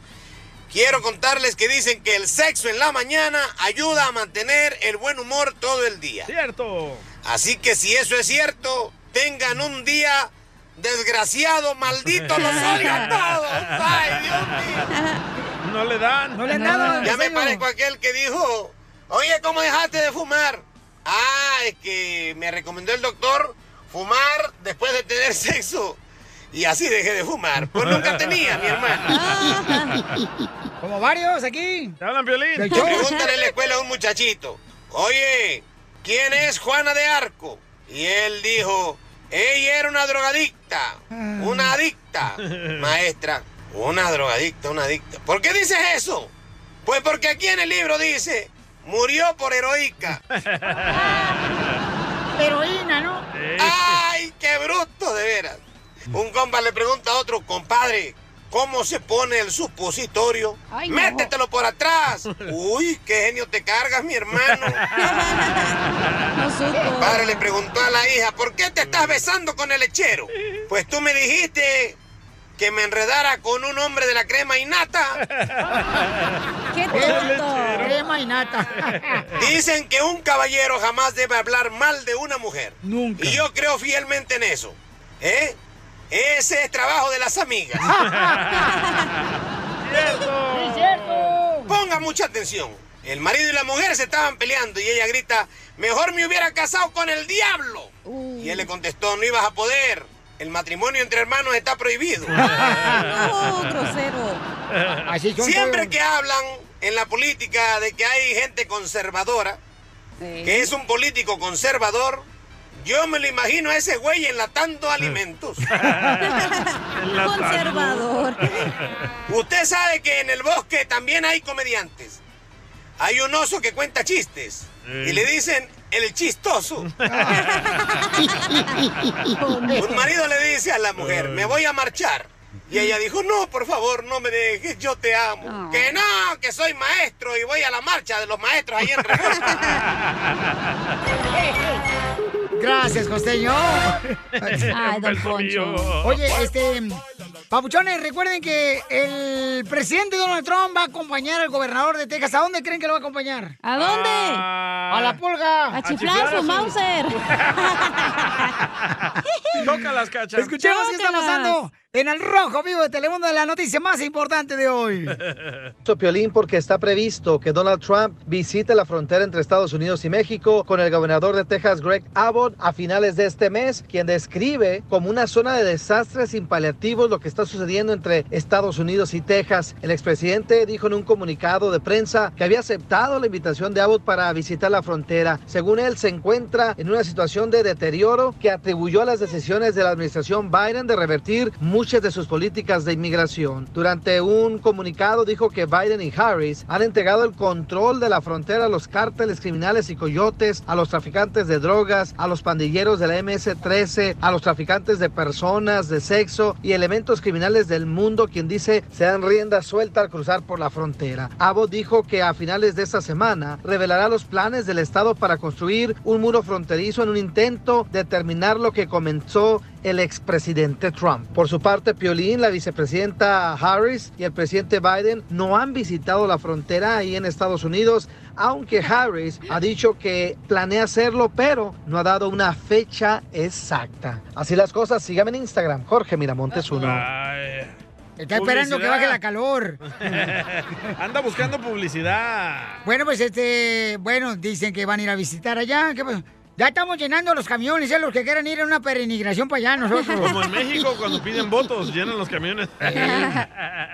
Speaker 16: Quiero contarles que dicen que el sexo en la mañana ayuda a mantener el buen humor todo el día. Cierto. Así que si eso es cierto, tengan un día desgraciado, maldito, los odio a todos. ¡Ay, Dios mío!
Speaker 4: No le dan.
Speaker 2: No le
Speaker 16: Ya me parezco a aquel que dijo, oye, ¿cómo dejaste de fumar? Ah, es que me recomendó el doctor fumar después de tener sexo. Y así dejé de fumar. Pues nunca tenía, mi hermano.
Speaker 2: Ah. Como varios aquí.
Speaker 4: Te hablan, Piolín.
Speaker 16: Pregúntale en la escuela a un muchachito, oye, ¿quién es Juana de Arco? Y él dijo, ella era una drogadicta, una adicta. Maestra, una drogadicta, una adicta. ¿Por qué dices eso? Pues porque aquí en el libro dice, murió por heroica.
Speaker 2: Heroína, ¿no? Ah.
Speaker 16: ¡Ay, qué bruto, de veras! Un compa le pregunta a otro, compadre, ¿cómo se pone el supositorio?
Speaker 1: Ay, no.
Speaker 16: Métetelo por atrás. Uy, qué genio te cargas, mi hermano. El padre le preguntó a la hija, ¿por qué te estás besando con el lechero? Pues tú me dijiste que me enredara con un hombre de la crema innata.
Speaker 2: ¡Qué tonto! Crema y nata.
Speaker 16: Dicen que un caballero jamás debe hablar mal de una mujer.
Speaker 2: Nunca.
Speaker 16: Y yo creo fielmente en eso. ¿Eh? Ese es trabajo de las amigas. Ponga mucha atención. El marido y la mujer se estaban peleando y ella grita, mejor me hubiera casado con el diablo. Y él le contestó, no ibas a poder. El matrimonio entre hermanos está prohibido.
Speaker 1: No, grosero. Así son
Speaker 16: Siempre
Speaker 1: todos.
Speaker 16: que hablan en la política de que hay gente conservadora, que es un político conservador, yo me lo imagino a ese güey enlatando alimentos.
Speaker 1: Conservador.
Speaker 16: Usted sabe que en el bosque también hay comediantes. Hay un oso que cuenta chistes y le dicen el chistoso. un marido le dice a la mujer, me voy a marchar. Y ella dijo, no, por favor, no me dejes, yo te amo. Que no, que soy maestro y voy a la marcha de los maestros ahí en
Speaker 2: Gracias, costeño.
Speaker 1: Ay, don Poncho.
Speaker 2: Oye, este. Papuchones, recuerden que el presidente Donald Trump va a acompañar al gobernador de Texas. ¿A dónde creen que lo va a acompañar?
Speaker 3: ¿A dónde?
Speaker 2: a la pulga.
Speaker 3: Ah. A chiflar su Mauser.
Speaker 4: Toca las cachas.
Speaker 2: Escuchemos qué está pasando en el Rojo Vivo de Telemundo de la noticia más importante de hoy.
Speaker 7: Esto, Piolín, porque está previsto que Donald Trump visite la frontera entre Estados Unidos y México con el gobernador de Texas, Greg Abbott, a finales de este mes, quien describe como una zona de desastres impaliativos lo que está sucediendo entre Estados Unidos y Texas. El expresidente dijo en un comunicado de prensa que había aceptado la invitación de Abbott para visitar la frontera. Según él, se encuentra en una situación de deterioro que atribuyó a las decisiones de la administración Biden de revertir muchas de sus políticas de inmigración. Durante un comunicado dijo que Biden y Harris han entregado el control de la frontera a los cárteles criminales y coyotes, a los traficantes de drogas, a los pandilleros de la MS-13, a los traficantes de personas, de sexo y elementos criminales del mundo, quien dice se dan rienda suelta al cruzar por la frontera. Abbott dijo que a finales de esta semana revelará los planes del Estado para construir un muro fronterizo en un intento de terminar lo que comenzó el expresidente Trump. Por su parte, Piolín, la vicepresidenta Harris y el presidente Biden no han visitado la frontera ahí en Estados Unidos, aunque Harris ha dicho que planea hacerlo, pero no ha dado una fecha exacta. Así las cosas, síganme en Instagram, Jorge Miramontes 1.
Speaker 2: Está esperando que baje la calor.
Speaker 4: Anda buscando publicidad.
Speaker 2: Bueno, pues este, bueno, dicen que van a ir a visitar allá. ¿Qué pasa? Ya estamos llenando los camiones, ¿eh? los que quieran ir a una perenigración para allá nosotros.
Speaker 4: Como en México, cuando piden votos, llenan los camiones.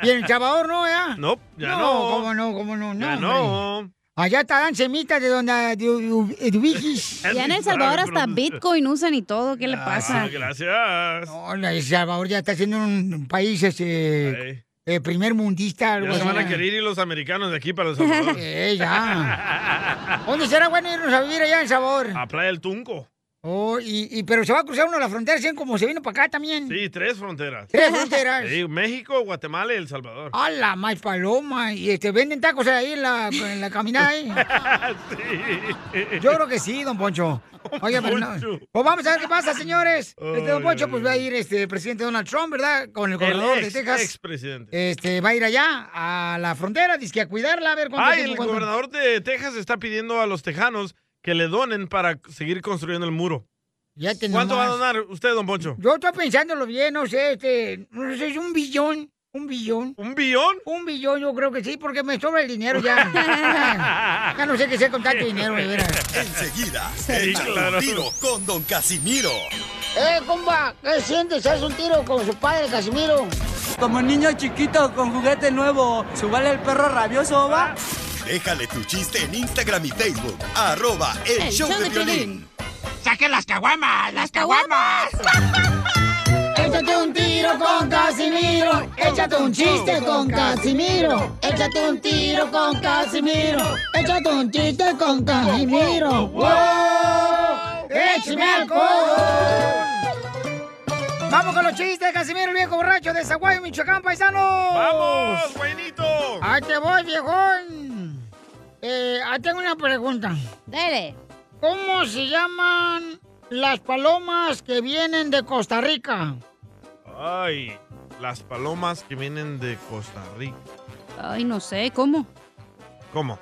Speaker 2: y en El Salvador no, ¿ya?
Speaker 4: No, ya no.
Speaker 2: No, cómo no, cómo no. no
Speaker 4: Ya
Speaker 2: hombre. Allá te dan semitas de donde de- de- de- ubijis.
Speaker 3: Ya en El Salvador hasta Bitcoin usan y todo. ¿Qué le pasa?
Speaker 4: Ah, Gracias.
Speaker 2: No, la- Ah, El Salvador ya está siendo un un país este, eh, primer mundista.
Speaker 4: Ya
Speaker 2: Algo
Speaker 4: se van a
Speaker 2: así.
Speaker 4: querer ir los americanos de aquí para los Salvador.
Speaker 2: Eh, ya. ¿Dónde será bueno irnos a vivir allá en El Salvador?
Speaker 4: A Playa del Tunco.
Speaker 2: Oh, y, y- pero se va a cruzar uno la frontera, ¿sí? como se vino para acá también.
Speaker 4: Sí, tres fronteras.
Speaker 2: Tres fronteras.
Speaker 4: Sí, México, Guatemala y El Salvador.
Speaker 2: A la más paloma. Y este, venden tacos ahí en la, en la caminada ahí. Yo creo que sí, don Poncho. Oiga, pero no.
Speaker 4: Poncho.
Speaker 2: Pues vamos a ver qué pasa, señores. Este don
Speaker 4: Ay,
Speaker 2: Poncho, pues va a ir este el presidente Donald Trump, ¿verdad? Con el gobernador
Speaker 4: ex,
Speaker 2: de Texas.
Speaker 4: expresidente.
Speaker 2: Este, va a ir allá a la frontera, dice que a cuidarla, a ver cuánto
Speaker 4: Ay,
Speaker 2: tiempo
Speaker 4: el
Speaker 2: cuánto-
Speaker 4: gobernador de Texas está pidiendo a los tejanos que le donen para seguir construyendo el muro.
Speaker 2: Ya te
Speaker 4: ¿Cuánto va a
Speaker 2: nomás.
Speaker 4: donar usted, don Poncho?
Speaker 2: Yo estoy pensándolo bien, no sé, este, no sé, es un billón. ¿Un billón?
Speaker 4: ¿Un billón?
Speaker 2: Un billón, yo creo que sí, porque me sobra el dinero ya. ya Ah, no sé qué hacer con tanto dinero, de veras.
Speaker 6: Enseguida,
Speaker 2: Sí,
Speaker 6: echa
Speaker 2: claro.
Speaker 6: un tiro con Don Casimiro.
Speaker 2: ¡Eh, comba! ¿Qué sientes? ¿Haz un tiro con su padre, Casimiro?
Speaker 17: Como niño chiquito con juguete nuevo, subale el perro rabioso, va.
Speaker 6: Déjale tu chiste en Instagram y Facebook, arroba el, show, de Piolín.
Speaker 17: ¡Saquen las caguamas! ¡Las caguamas!
Speaker 2: Échate un tiro con Casimiro. Échate un chiste con Casimiro. Échate un tiro con Casimiro. Échate un chiste con Casimiro. ¡Wow! ¡Échame alcohol! Vamos con los chistes, Casimiro, el viejo borracho de Zaguayo, Michoacán, paisano.
Speaker 4: ¡Vamos, buenito!
Speaker 2: Ahí te voy, viejón. Eh, ahí tengo una pregunta. Dele. ¿Cómo se llaman las palomas que vienen de Costa Rica?
Speaker 4: Ay, las palomas que vienen de Costa Rica.
Speaker 2: Ay, no sé, ¿cómo?
Speaker 4: ¿Cómo?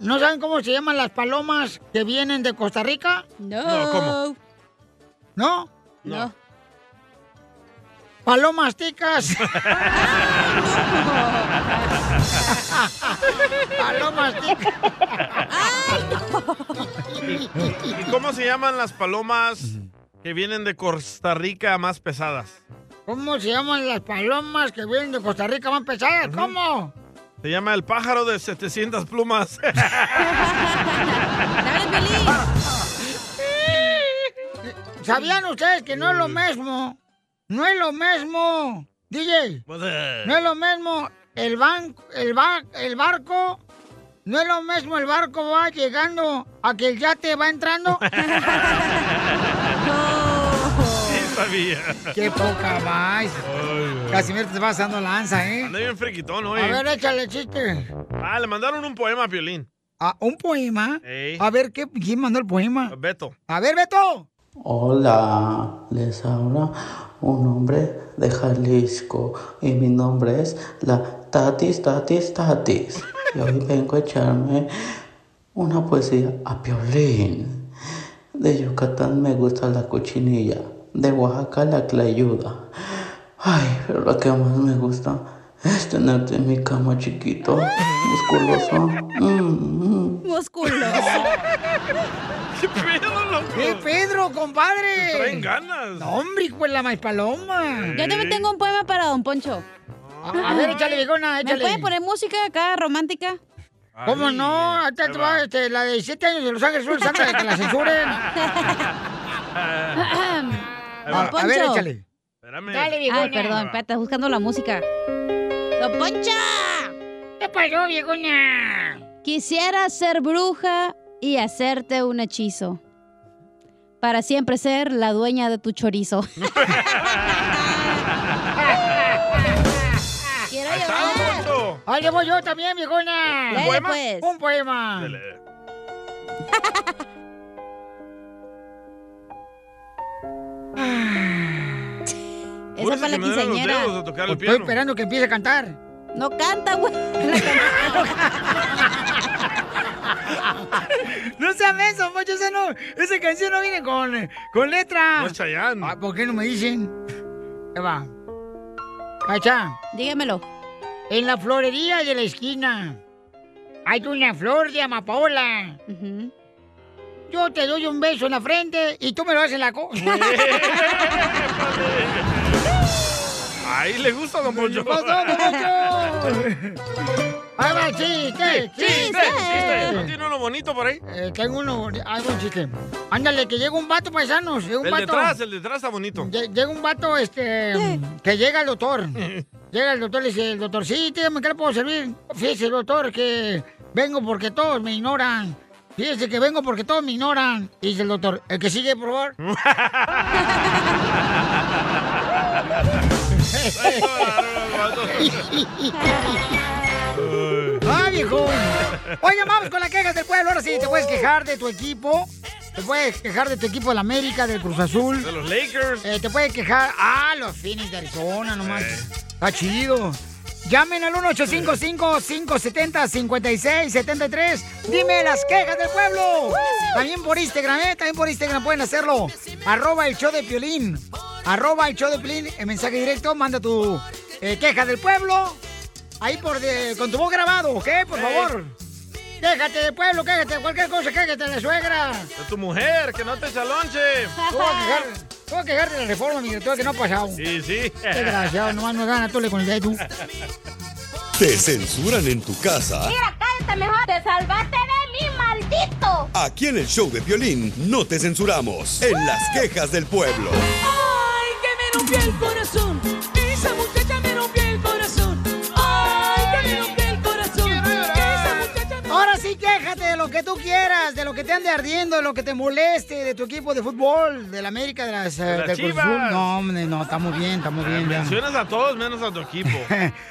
Speaker 2: ¿No saben cómo se llaman las palomas que vienen de Costa Rica?
Speaker 4: No, ¿cómo?
Speaker 2: ¿No? No. Palomas ticas. palomas ticas.
Speaker 4: ¿Y cómo se llaman las palomas que vienen de Costa Rica más pesadas?
Speaker 2: ¿Cómo se llaman las palomas que vienen de Costa Rica más pesadas? ¿Cómo?
Speaker 4: Se llama el pájaro de 700 plumas.
Speaker 2: ¿Sabían ustedes que no es lo mismo? No es lo mismo, DJ. No es lo mismo el banco, el, ba- el barco. No es lo mismo el barco va llegando a que el yate va entrando.
Speaker 4: Sí sabía.
Speaker 2: Qué poca más. Casimiro te vas dando lanza, ¿eh?
Speaker 4: Anda bien friquitón hoy.
Speaker 2: A ver, échale chiste.
Speaker 4: Ah, le mandaron un poema a Piolín.
Speaker 2: Ah, un poema.
Speaker 4: Ey.
Speaker 2: A ver, ¿qué, ¿quién mandó el poema?
Speaker 4: Beto.
Speaker 2: A ver, Beto.
Speaker 18: Hola, les habla un hombre de Jalisco y mi nombre es la Tatis Tatis Tatis. Y hoy vengo a echarme una poesía a Piolín. De Yucatán me gusta la cochinilla, de Oaxaca la clayuda. Ay, pero lo que más me gusta es tenerte en mi cama chiquito, musculoso. Mm, mm.
Speaker 3: Musculoso.
Speaker 2: ¿Qué Pedro, loco? ¿Qué Pedro, compadre?
Speaker 4: Traen ganas.
Speaker 2: No, hombre, hijo de la más paloma.
Speaker 3: Yo también tengo un poema para Don Poncho.
Speaker 2: A ver, échale, viejona, échale.
Speaker 3: ¿Me puede poner música acá romántica?
Speaker 2: ¿Cómo no? Ahorita te va, este, la de 17 años Pues de Los Ángeles Azules, Sandra, que la censuren.
Speaker 3: Don
Speaker 2: a
Speaker 3: Poncho.
Speaker 2: ver, échale.
Speaker 4: Espérame.
Speaker 2: Dale, viejona.
Speaker 3: Ay, perdón, espérate, estás buscando la música. ¡Don Poncho!
Speaker 2: ¿Qué pasó, viejona?
Speaker 3: Quisiera ser bruja y hacerte un hechizo. Para siempre ser la dueña de tu chorizo. Quiero llorar.
Speaker 2: Ahí le voy yo también, viejona.
Speaker 3: Dale, ¿Un poema? pues.
Speaker 2: Un poema.
Speaker 3: Esa fue la quinceañera.
Speaker 2: Pues Estoy esperando que empiece a cantar.
Speaker 3: No canta, güey.
Speaker 2: No sean eso, Pocho, esa no, esa canción no viene con, con letra.
Speaker 4: No es Chayanne.
Speaker 2: Ah, ¿Por qué no me dicen? Ahí va. Cacha.
Speaker 3: Dígamelo.
Speaker 2: En la florería de la esquina hay una flor de amapola. Yo te doy un beso en la frente y tú me lo haces en la co...
Speaker 4: Ahí le gusta a Don Poncho.
Speaker 2: ¡Ahí va, chiste! ¡Chiste!
Speaker 4: chiste. ¿No tiene uno bonito por ahí?
Speaker 2: Eh, tengo uno, algo un chiste. Ándale, que llega un vato, paisanos. Llega un
Speaker 4: El de
Speaker 2: vato.
Speaker 4: atrás, el de atrás está bonito.
Speaker 2: Lle- Llega un vato, este, que llega el doctor. Llega el doctor y le dice, el doctor, sí, dígame, ¿qué le puedo servir? Fíjese, doctor, que vengo porque todos me ignoran. Fíjese que vengo porque todos me ignoran. Y dice el doctor, el que sigue, por favor. ¡Ah, viejo! Oigan, vamos con las quejas del pueblo. Ahora sí, te puedes quejar de tu equipo. Te puedes quejar de tu equipo de la América, del Cruz Azul.
Speaker 4: De los Lakers.
Speaker 2: Eh, te puedes quejar. Ah, los Phoenix de Arizona, nomás. Está Ah, chido. Llamen al 1-855-570-5673. Dime las quejas del pueblo. También por Instagram, ¿eh? También por Instagram pueden hacerlo. Arroba el show de Piolín. Arroba el show de Piolín. En mensaje directo, manda tu eh, queja del pueblo. Ahí por de- con tu voz grabado, ¿ok? Por favor. Quéjate del pueblo, quéjate de cualquier cosa, quéjate de la suegra.
Speaker 4: De tu mujer, que no te echa lonche.
Speaker 2: Tú vas a quejar, tú vas a quejar de la reforma migratoria que no ha pasado.
Speaker 4: Sí, sí.
Speaker 2: Qué desgraciado, nomás no gana tole con el dedo.
Speaker 6: Te censuran en tu casa.
Speaker 16: cállate mejor. Te salvaste de mí, maldito.
Speaker 6: Aquí en el show de violín no te censuramos. En las quejas del pueblo.
Speaker 16: Ay, que me rompió el corazón. Esa muchacha me rompió el corazón. Ay, que me rompió el corazón. Esa muchacha me
Speaker 2: Ahora sí, quéjate de lo que tú quieras, de lo que te ande ardiendo, de lo que te moleste, de tu equipo de fútbol, del América, de las, eh,
Speaker 4: De las
Speaker 2: del Cruz
Speaker 4: Chivas.
Speaker 2: Azul. No, hombre, no, está muy bien, está muy bien. ya.
Speaker 4: Mencionas a todos menos a tu equipo.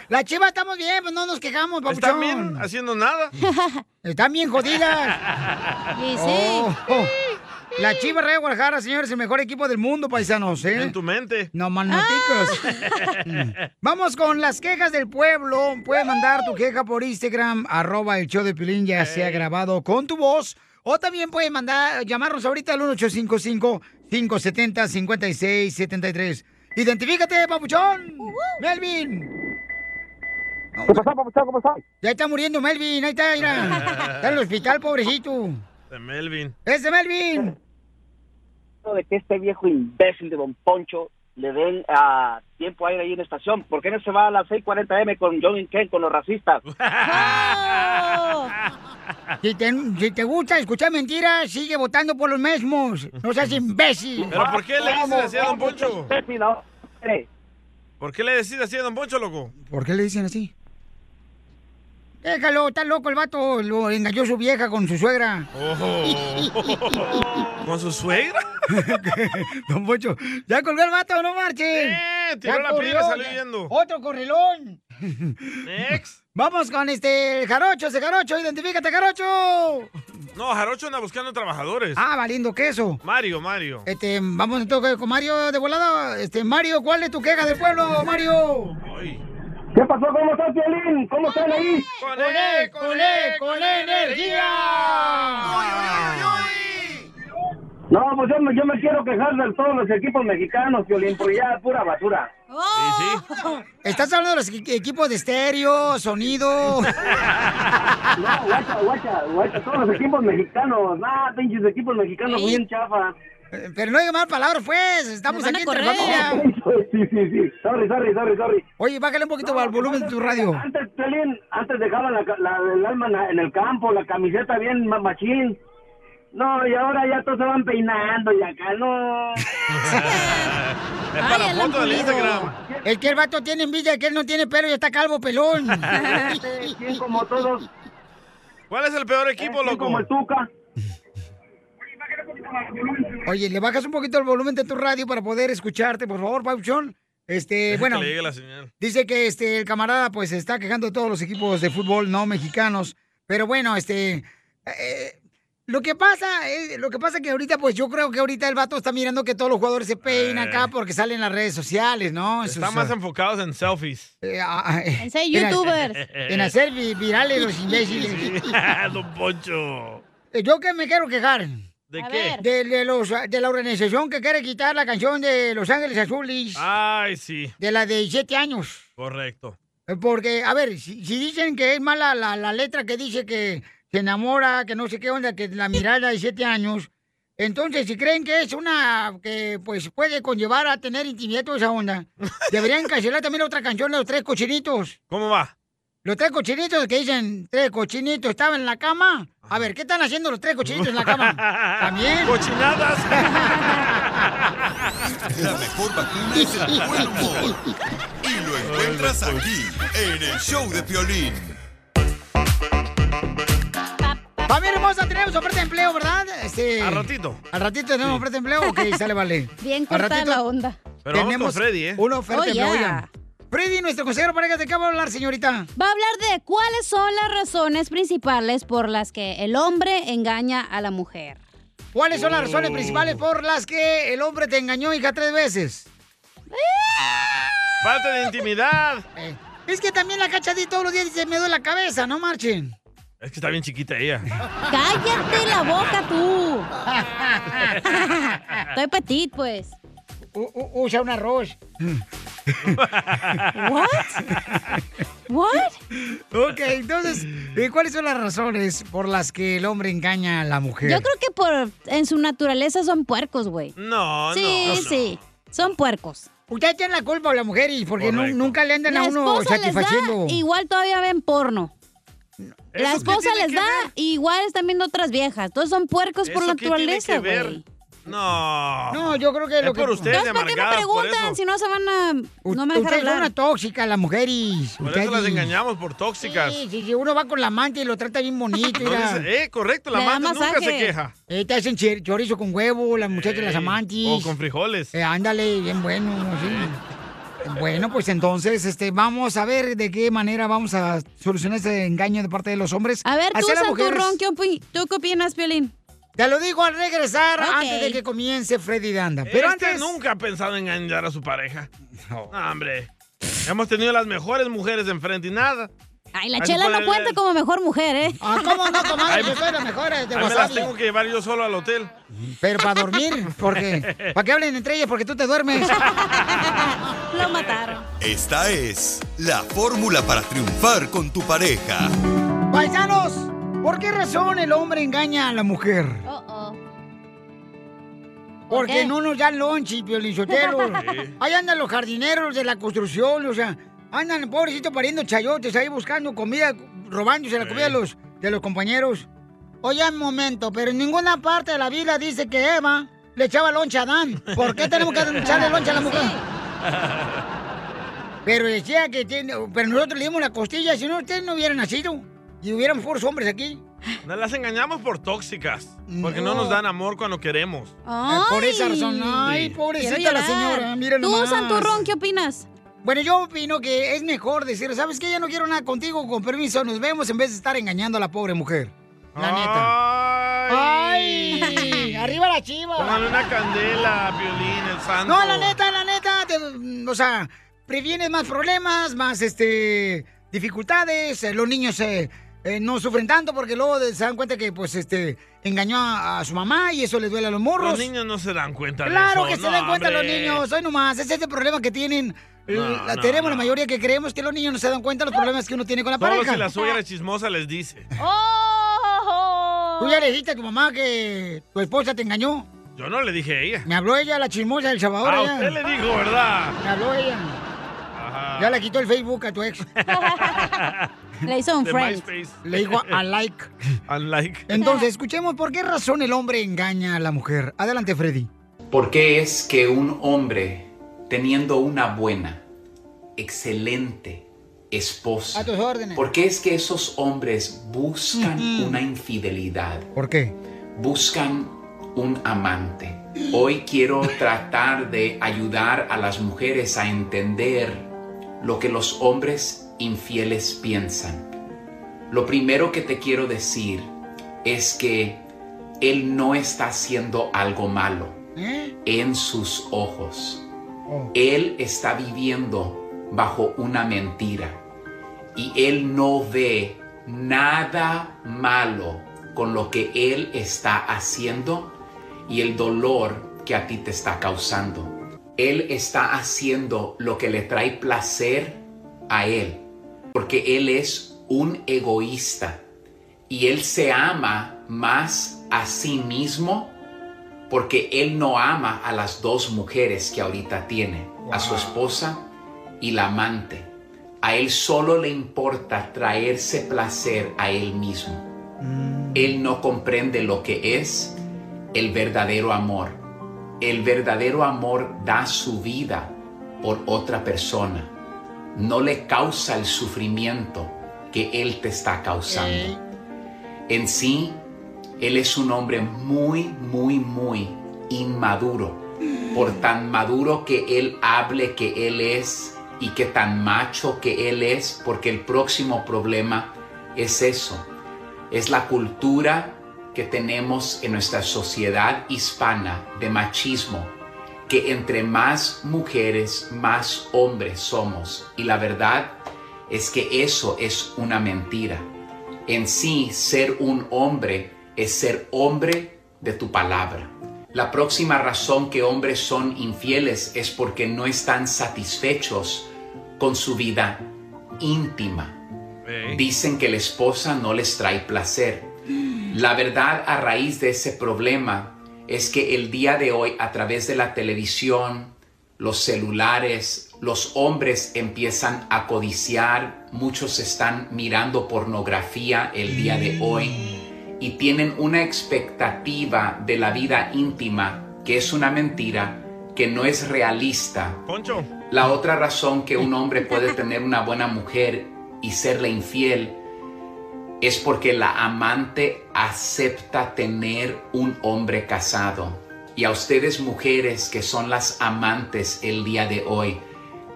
Speaker 2: Las chivas estamos bien, pues no nos quejamos, papuchón.
Speaker 4: Están bien haciendo nada.
Speaker 2: Están bien jodidas.
Speaker 4: Y sí.
Speaker 2: Oh, oh. La Chiva Rey de Guadalajara, señores, el mejor equipo del mundo, paisanos, ¿eh? En tu
Speaker 4: mente.
Speaker 2: No, manoticos.
Speaker 4: Ah.
Speaker 2: Vamos con las quejas del pueblo. Puedes mandar tu queja por Instagram, arroba el show de Pilín, ya sea grabado con tu voz. O también puedes mandar, llamarnos ahorita al 1855-570-5673. Identifícate, papuchón. Melvin. ¿Qué pasó, papuchón? ¿Cómo estás? Ya está muriendo Melvin, ahí está, mira. Está en el hospital, pobrecito.
Speaker 4: De Melvin.
Speaker 2: ¡Ese Melvin!
Speaker 19: de que este viejo imbécil de Don Poncho le den a tiempo a ir ahí en la estación. ¿Por qué no se va a las 6:40M con John Ken, con los racistas?
Speaker 2: Si te, si te gusta escuchar mentiras, sigue votando por los mismos. No seas imbécil.
Speaker 4: ¿Pero por qué le dices así a Don Poncho?
Speaker 19: Eh,
Speaker 4: ¿Por qué le decís así a Don Poncho, loco?
Speaker 2: ¿Por qué le dicen así? Déjalo, está loco el vato. Lo engañó su vieja con su suegra.
Speaker 4: ¿Con su suegra?
Speaker 2: Don Poncho, ya colgó el vato, no marchen.
Speaker 4: tiró
Speaker 2: Ya
Speaker 4: la
Speaker 2: corrió,
Speaker 4: pila y salió
Speaker 2: ya.
Speaker 4: huyendo.
Speaker 2: Otro correlón. Vamos con este el jarocho, ese jarocho, identifícate, jarocho.
Speaker 4: No, Jarocho anda buscando trabajadores.
Speaker 2: Ah, valiendo queso.
Speaker 4: Mario, Mario.
Speaker 2: Este, vamos entonces con Mario de volada. Este, Mario, ¿cuál es tu queja del pueblo, Mario?
Speaker 20: ¿Qué pasó? ¿Cómo está Piolín? ¿Cómo están ahí?
Speaker 2: Con él, con él, con energía.
Speaker 20: No, pues yo me, yo me quiero quejar de todos los equipos mexicanos, Piolín, porque ya es pura basura.
Speaker 3: Oh.
Speaker 2: Estás hablando de los equi- equipos de estéreo, sonido.
Speaker 20: No, guacha, guacha, guacha. Todos los equipos mexicanos. Ah, pinches equipos mexicanos
Speaker 2: Sí.
Speaker 20: bien chafa.
Speaker 2: Eh, Pero no diga mal palabras, pues. Estamos
Speaker 20: Nos van
Speaker 2: aquí
Speaker 20: a
Speaker 2: entre familia.
Speaker 20: correr. Sí, sí, sí. Sorry, sorry, sorry, sorry.
Speaker 2: Oye, bájale un poquito al volumen de tu radio.
Speaker 20: Antes, Piolín, antes dejaba la, ca- la- el alma en la- en el campo, la camiseta bien ma- machín. No, y ahora ya todos se van peinando y acá no.
Speaker 4: Es para la foto del Instagram.
Speaker 2: Es que el vato tiene envidia, que él no tiene pelo y está calvo pelón.
Speaker 20: como todos.
Speaker 4: ¿Cuál es el peor equipo, loco?
Speaker 2: Eh,
Speaker 4: Como el
Speaker 20: Tuca.
Speaker 2: Oye, le bajas un poquito el volumen de tu radio para poder escucharte, por favor, Pauchón. Este, bueno.
Speaker 4: Que le llegue la señal.
Speaker 2: Dice que este el camarada pues se está quejando de todos los equipos de fútbol no mexicanos, pero bueno, este eh, lo que pasa es lo que pasa que ahorita pues yo creo que ahorita el vato está mirando que todos los jugadores se peinan acá porque salen en las redes sociales, ¿no? En
Speaker 4: Están
Speaker 2: sus,
Speaker 4: Eh. más
Speaker 2: eh,
Speaker 4: enfocados en selfies.
Speaker 2: ah, eh,
Speaker 4: En ser
Speaker 2: en hacer-
Speaker 4: youtubers.
Speaker 2: En hacer vi- virales los
Speaker 4: Sí.
Speaker 2: imbéciles.
Speaker 4: Don Poncho.
Speaker 2: Eh, Yo que me quiero quejar.
Speaker 4: ¿De A qué? ver.
Speaker 2: De, de los, de la organización que quiere quitar la canción de Los Ángeles Azules.
Speaker 4: Ay, sí.
Speaker 2: De la de 17 años.
Speaker 4: Correcto.
Speaker 2: Eh, Porque, a ver, si, si dicen que es mala la, la letra que dice que se enamora, que no sé qué onda, que la mirada de siete años, entonces si creen que es una que pues puede conllevar a tener intimidad toda esa onda, deberían cancelar también la otra canción de los tres cochinitos.
Speaker 4: ¿Cómo va?
Speaker 2: Los tres cochinitos que dicen, tres cochinitos estaban en la cama. A ver, ¿qué están haciendo los tres cochinitos en la cama? También.
Speaker 6: La mejor vacuna es el buen humor. Y lo encuentras aquí, en el show de Piolín.
Speaker 2: Familia hermosa, tenemos oferta de empleo, ¿verdad? Este,
Speaker 4: Al ratito.
Speaker 2: Al ratito tenemos oferta de empleo. Ok, sale, vale.
Speaker 3: Bien
Speaker 2: Al
Speaker 3: cortada
Speaker 2: ratito
Speaker 3: la onda.
Speaker 4: Pero vamos con Freddy, ¿eh?
Speaker 2: Una oferta
Speaker 3: Oh,
Speaker 2: de empleo,
Speaker 3: yeah.
Speaker 2: oigan. Freddy, nuestro consejero pareja, ¿de qué va a hablar, señorita?
Speaker 3: Va a hablar de cuáles son las razones principales por las que el hombre engaña a la mujer.
Speaker 2: ¿Cuáles son las
Speaker 4: Oh.
Speaker 2: razones principales por las que el hombre te engañó, hija, tres veces?
Speaker 4: Falta de intimidad.
Speaker 2: Eh, es que también la cachadita todos los días dice, me duele la cabeza, no marchen.
Speaker 4: Es que está bien chiquita ella.
Speaker 3: ¡Cállate la boca tú! Estoy petit, pues.
Speaker 2: usa un arroz.
Speaker 3: ¿What?
Speaker 2: Ok, entonces, eh, ¿cuáles son las razones por las que el hombre engaña a la mujer?
Speaker 3: Yo creo que por en su naturaleza son puercos, güey.
Speaker 4: No,
Speaker 3: sí, sí. Son puercos.
Speaker 2: Ustedes tienen Pues la culpa, la mujer, y porque nu-
Speaker 3: Correcto.
Speaker 2: nunca le andan
Speaker 3: La
Speaker 2: a uno
Speaker 3: esposa les da,
Speaker 2: satisfaciendo.
Speaker 3: igual todavía ven porno. La
Speaker 2: ¿Eso qué
Speaker 3: esposa
Speaker 2: tiene
Speaker 3: les
Speaker 2: que
Speaker 3: da, igual están viendo otras viejas. Todos son puercos por
Speaker 4: ¿Eso qué tiene
Speaker 3: naturaleza,
Speaker 4: que ver?
Speaker 3: güey.
Speaker 4: No.
Speaker 2: No, yo creo que
Speaker 4: es
Speaker 2: lo que-
Speaker 4: por ustedes de
Speaker 3: Entonces, ¿para qué me
Speaker 4: amargadas, por
Speaker 3: preguntan
Speaker 4: eso.
Speaker 3: si no se van a...
Speaker 2: U-
Speaker 3: no me dejan
Speaker 2: ustedes son
Speaker 3: hablar?
Speaker 2: una tóxica, las mujeres.
Speaker 4: Por
Speaker 2: Ustedes-
Speaker 4: eso las engañamos, por tóxicas.
Speaker 2: Sí, sí, sí, uno va con la amante y lo trata bien bonito.
Speaker 4: No
Speaker 2: mira.
Speaker 4: dice- eh, correcto, la
Speaker 2: Le da
Speaker 4: amante nunca se
Speaker 2: masaje.
Speaker 4: queja.
Speaker 2: Eh, te hacen chir- chorizo con huevo, las muchachas, las
Speaker 4: Ey,
Speaker 2: amantes.
Speaker 4: O con frijoles.
Speaker 2: Eh, ándale, bien bueno. sí. Bueno, pues entonces, este, vamos a ver de qué manera vamos a solucionar este engaño de parte de los hombres.
Speaker 3: A ver, tú,
Speaker 2: hacia las mujeres.
Speaker 3: Santurrón, ¿qué opi- ¿tú qué opinas, Piolín?
Speaker 2: Te lo digo al regresar,
Speaker 3: Ok.
Speaker 2: antes de que comience Freddy Danda. Pero
Speaker 4: este
Speaker 2: antes...
Speaker 4: nunca ha pensado en engañar a su pareja. No, hombre. Hemos tenido las mejores mujeres enfrente y nada.
Speaker 3: Ay, la
Speaker 4: Ahí
Speaker 3: chela
Speaker 4: se puede
Speaker 3: no cuenta
Speaker 4: ver.
Speaker 3: como mejor mujer, ¿eh?
Speaker 2: Ah, ¿cómo no,
Speaker 4: Ay,
Speaker 2: comadre? Yo soy la mejor eh, de
Speaker 4: Ahí me las
Speaker 2: WhatsApp.
Speaker 4: tengo que llevar yo solo al hotel.
Speaker 2: Pero para dormir, porque... Para que hablen entre ellas, porque tú te duermes.
Speaker 3: Lo mataron.
Speaker 6: Esta es la fórmula para triunfar con tu pareja.
Speaker 2: Paisanos, ¿por qué razón el hombre engaña a la mujer?
Speaker 3: Oh,
Speaker 2: Porque no nos dan lonchi, piolizoteros.
Speaker 16: Sí.
Speaker 2: Ahí andan los jardineros de la construcción, o sea, andan pobrecito pariendo chayotes ahí buscando comida, robándose la comida de los, de los compañeros. Oye, un momento, pero en ninguna parte de la Biblia dice que Eva le echaba loncha a Adán. ¿Por qué tenemos que echarle loncha a la mujer? Pero decía que tiene, pero nosotros le dimos la costilla, si no ustedes no hubieran nacido y hubieran puros hombres aquí.
Speaker 4: Nos las engañamos por tóxicas. Porque no nos dan amor cuando queremos.
Speaker 2: Eh, por esa razón. Ay,
Speaker 4: Sí.
Speaker 2: pobrecita
Speaker 3: Quiero
Speaker 2: la
Speaker 3: llorar.
Speaker 2: señora. Mira
Speaker 3: Tú,
Speaker 2: nomás.
Speaker 3: Santurrón, ¿qué opinas?
Speaker 2: Bueno, yo opino que es mejor decir, ¿sabes qué? Ya no quiero nada contigo, con permiso, nos vemos en vez de estar engañando a la pobre mujer. La neta. ¡Ay! ¡Arriba la chiva!
Speaker 4: Póngale una candela, violín, el santo.
Speaker 2: No, la neta, la neta, te- o sea, previenes más problemas, más este dificultades, eh, los niños eh, eh, no sufren tanto porque luego de- se dan cuenta que pues este engañó a, a su mamá y eso les duele a los morros.
Speaker 4: Los niños no se dan cuenta de eso.
Speaker 2: Claro que se
Speaker 4: no,
Speaker 2: dan cuenta los
Speaker 4: hombre.
Speaker 2: niños, hoy nomás, ese es el problema que tienen
Speaker 4: No,
Speaker 2: la,
Speaker 4: no,
Speaker 2: tenemos
Speaker 4: no.
Speaker 2: la mayoría que creemos que los niños no se dan cuenta de los problemas que uno tiene con la
Speaker 4: Solo
Speaker 2: pareja. Ah.
Speaker 4: si la suegra es chismosa les dice.
Speaker 2: ¡Oh! Tú ya le dijiste a tu mamá que tu esposa te engañó.
Speaker 4: Yo no le dije a ella.
Speaker 2: Me habló ella, la chismosa del Salvador.
Speaker 4: Ah,
Speaker 2: ella.
Speaker 4: usted le dijo, ¿verdad?
Speaker 2: Me habló ella. Ya le quitó el Facebook a tu ex.
Speaker 3: Le hizo un
Speaker 2: De
Speaker 3: friend.
Speaker 2: MySpace. Le dijo a like.
Speaker 4: Unlike.
Speaker 2: Entonces, escuchemos por qué razón el hombre engaña a la mujer. Adelante, Freddy.
Speaker 21: ¿Por qué es que un hombre teniendo una buena, excelente
Speaker 2: A
Speaker 21: esposa,
Speaker 2: tus órdenes.
Speaker 21: por qué es que esos hombres buscan una infidelidad?
Speaker 2: Mm-hmm. ¿Por qué?
Speaker 21: Buscan un amante. Hoy quiero tratar de ayudar a las mujeres a entender lo que los hombres infieles piensan. Lo primero que te quiero decir es que él no está haciendo algo malo
Speaker 3: ¿Eh?
Speaker 21: en sus ojos. Él está viviendo bajo una mentira y él no ve nada malo con lo que él está haciendo y el dolor que a ti te está causando. Él está haciendo lo que le trae placer a él, porque él es un egoísta y él se ama más a sí mismo porque él no ama a las dos mujeres que ahorita tiene, a su esposa y la amante. A él solo le importa traerse placer a él mismo. Él no comprende lo que es el verdadero amor. El verdadero amor da su vida por otra persona. No le causa el sufrimiento que él te está causando. En sí, él es un hombre muy, muy, muy inmaduro. Por tan maduro que él hable que él es y que tan macho que él es, porque el próximo problema es eso. Es la cultura que tenemos en nuestra sociedad hispana de machismo, que entre más mujeres, más hombres somos. Y la verdad es que eso es una mentira. En sí, ser un hombre es ser hombre de tu palabra. La próxima razón que hombres son infieles es porque no están satisfechos con su vida íntima. Dicen que la esposa no les trae placer. La verdad a raíz de ese problema es que el día de hoy a través de la televisión, los celulares, los hombres empiezan a codiciar, muchos están mirando pornografía el día de hoy y tienen una expectativa de la vida íntima que es una mentira, que no es realista.
Speaker 4: Poncho.
Speaker 21: La otra razón que un hombre puede tener una buena mujer y serle infiel es porque la amante acepta tener un hombre casado. Y a ustedes mujeres que son las amantes el día de hoy,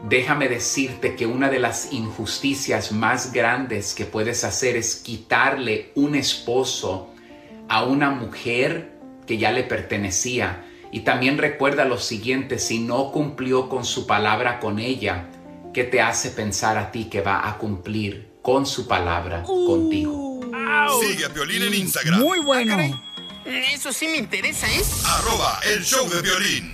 Speaker 21: déjame decirte que una de las injusticias más grandes que puedes hacer es quitarle un esposo a una mujer que ya le pertenecía. Y también recuerda lo siguiente, si no cumplió con su palabra con ella, ¿qué te hace pensar a ti que va a cumplir con su palabra contigo?
Speaker 22: Uh.
Speaker 6: Sigue a Piolín en Instagram.
Speaker 2: bueno.
Speaker 22: Eso sí me interesa, ¿eh?
Speaker 6: Arroba el show de violín.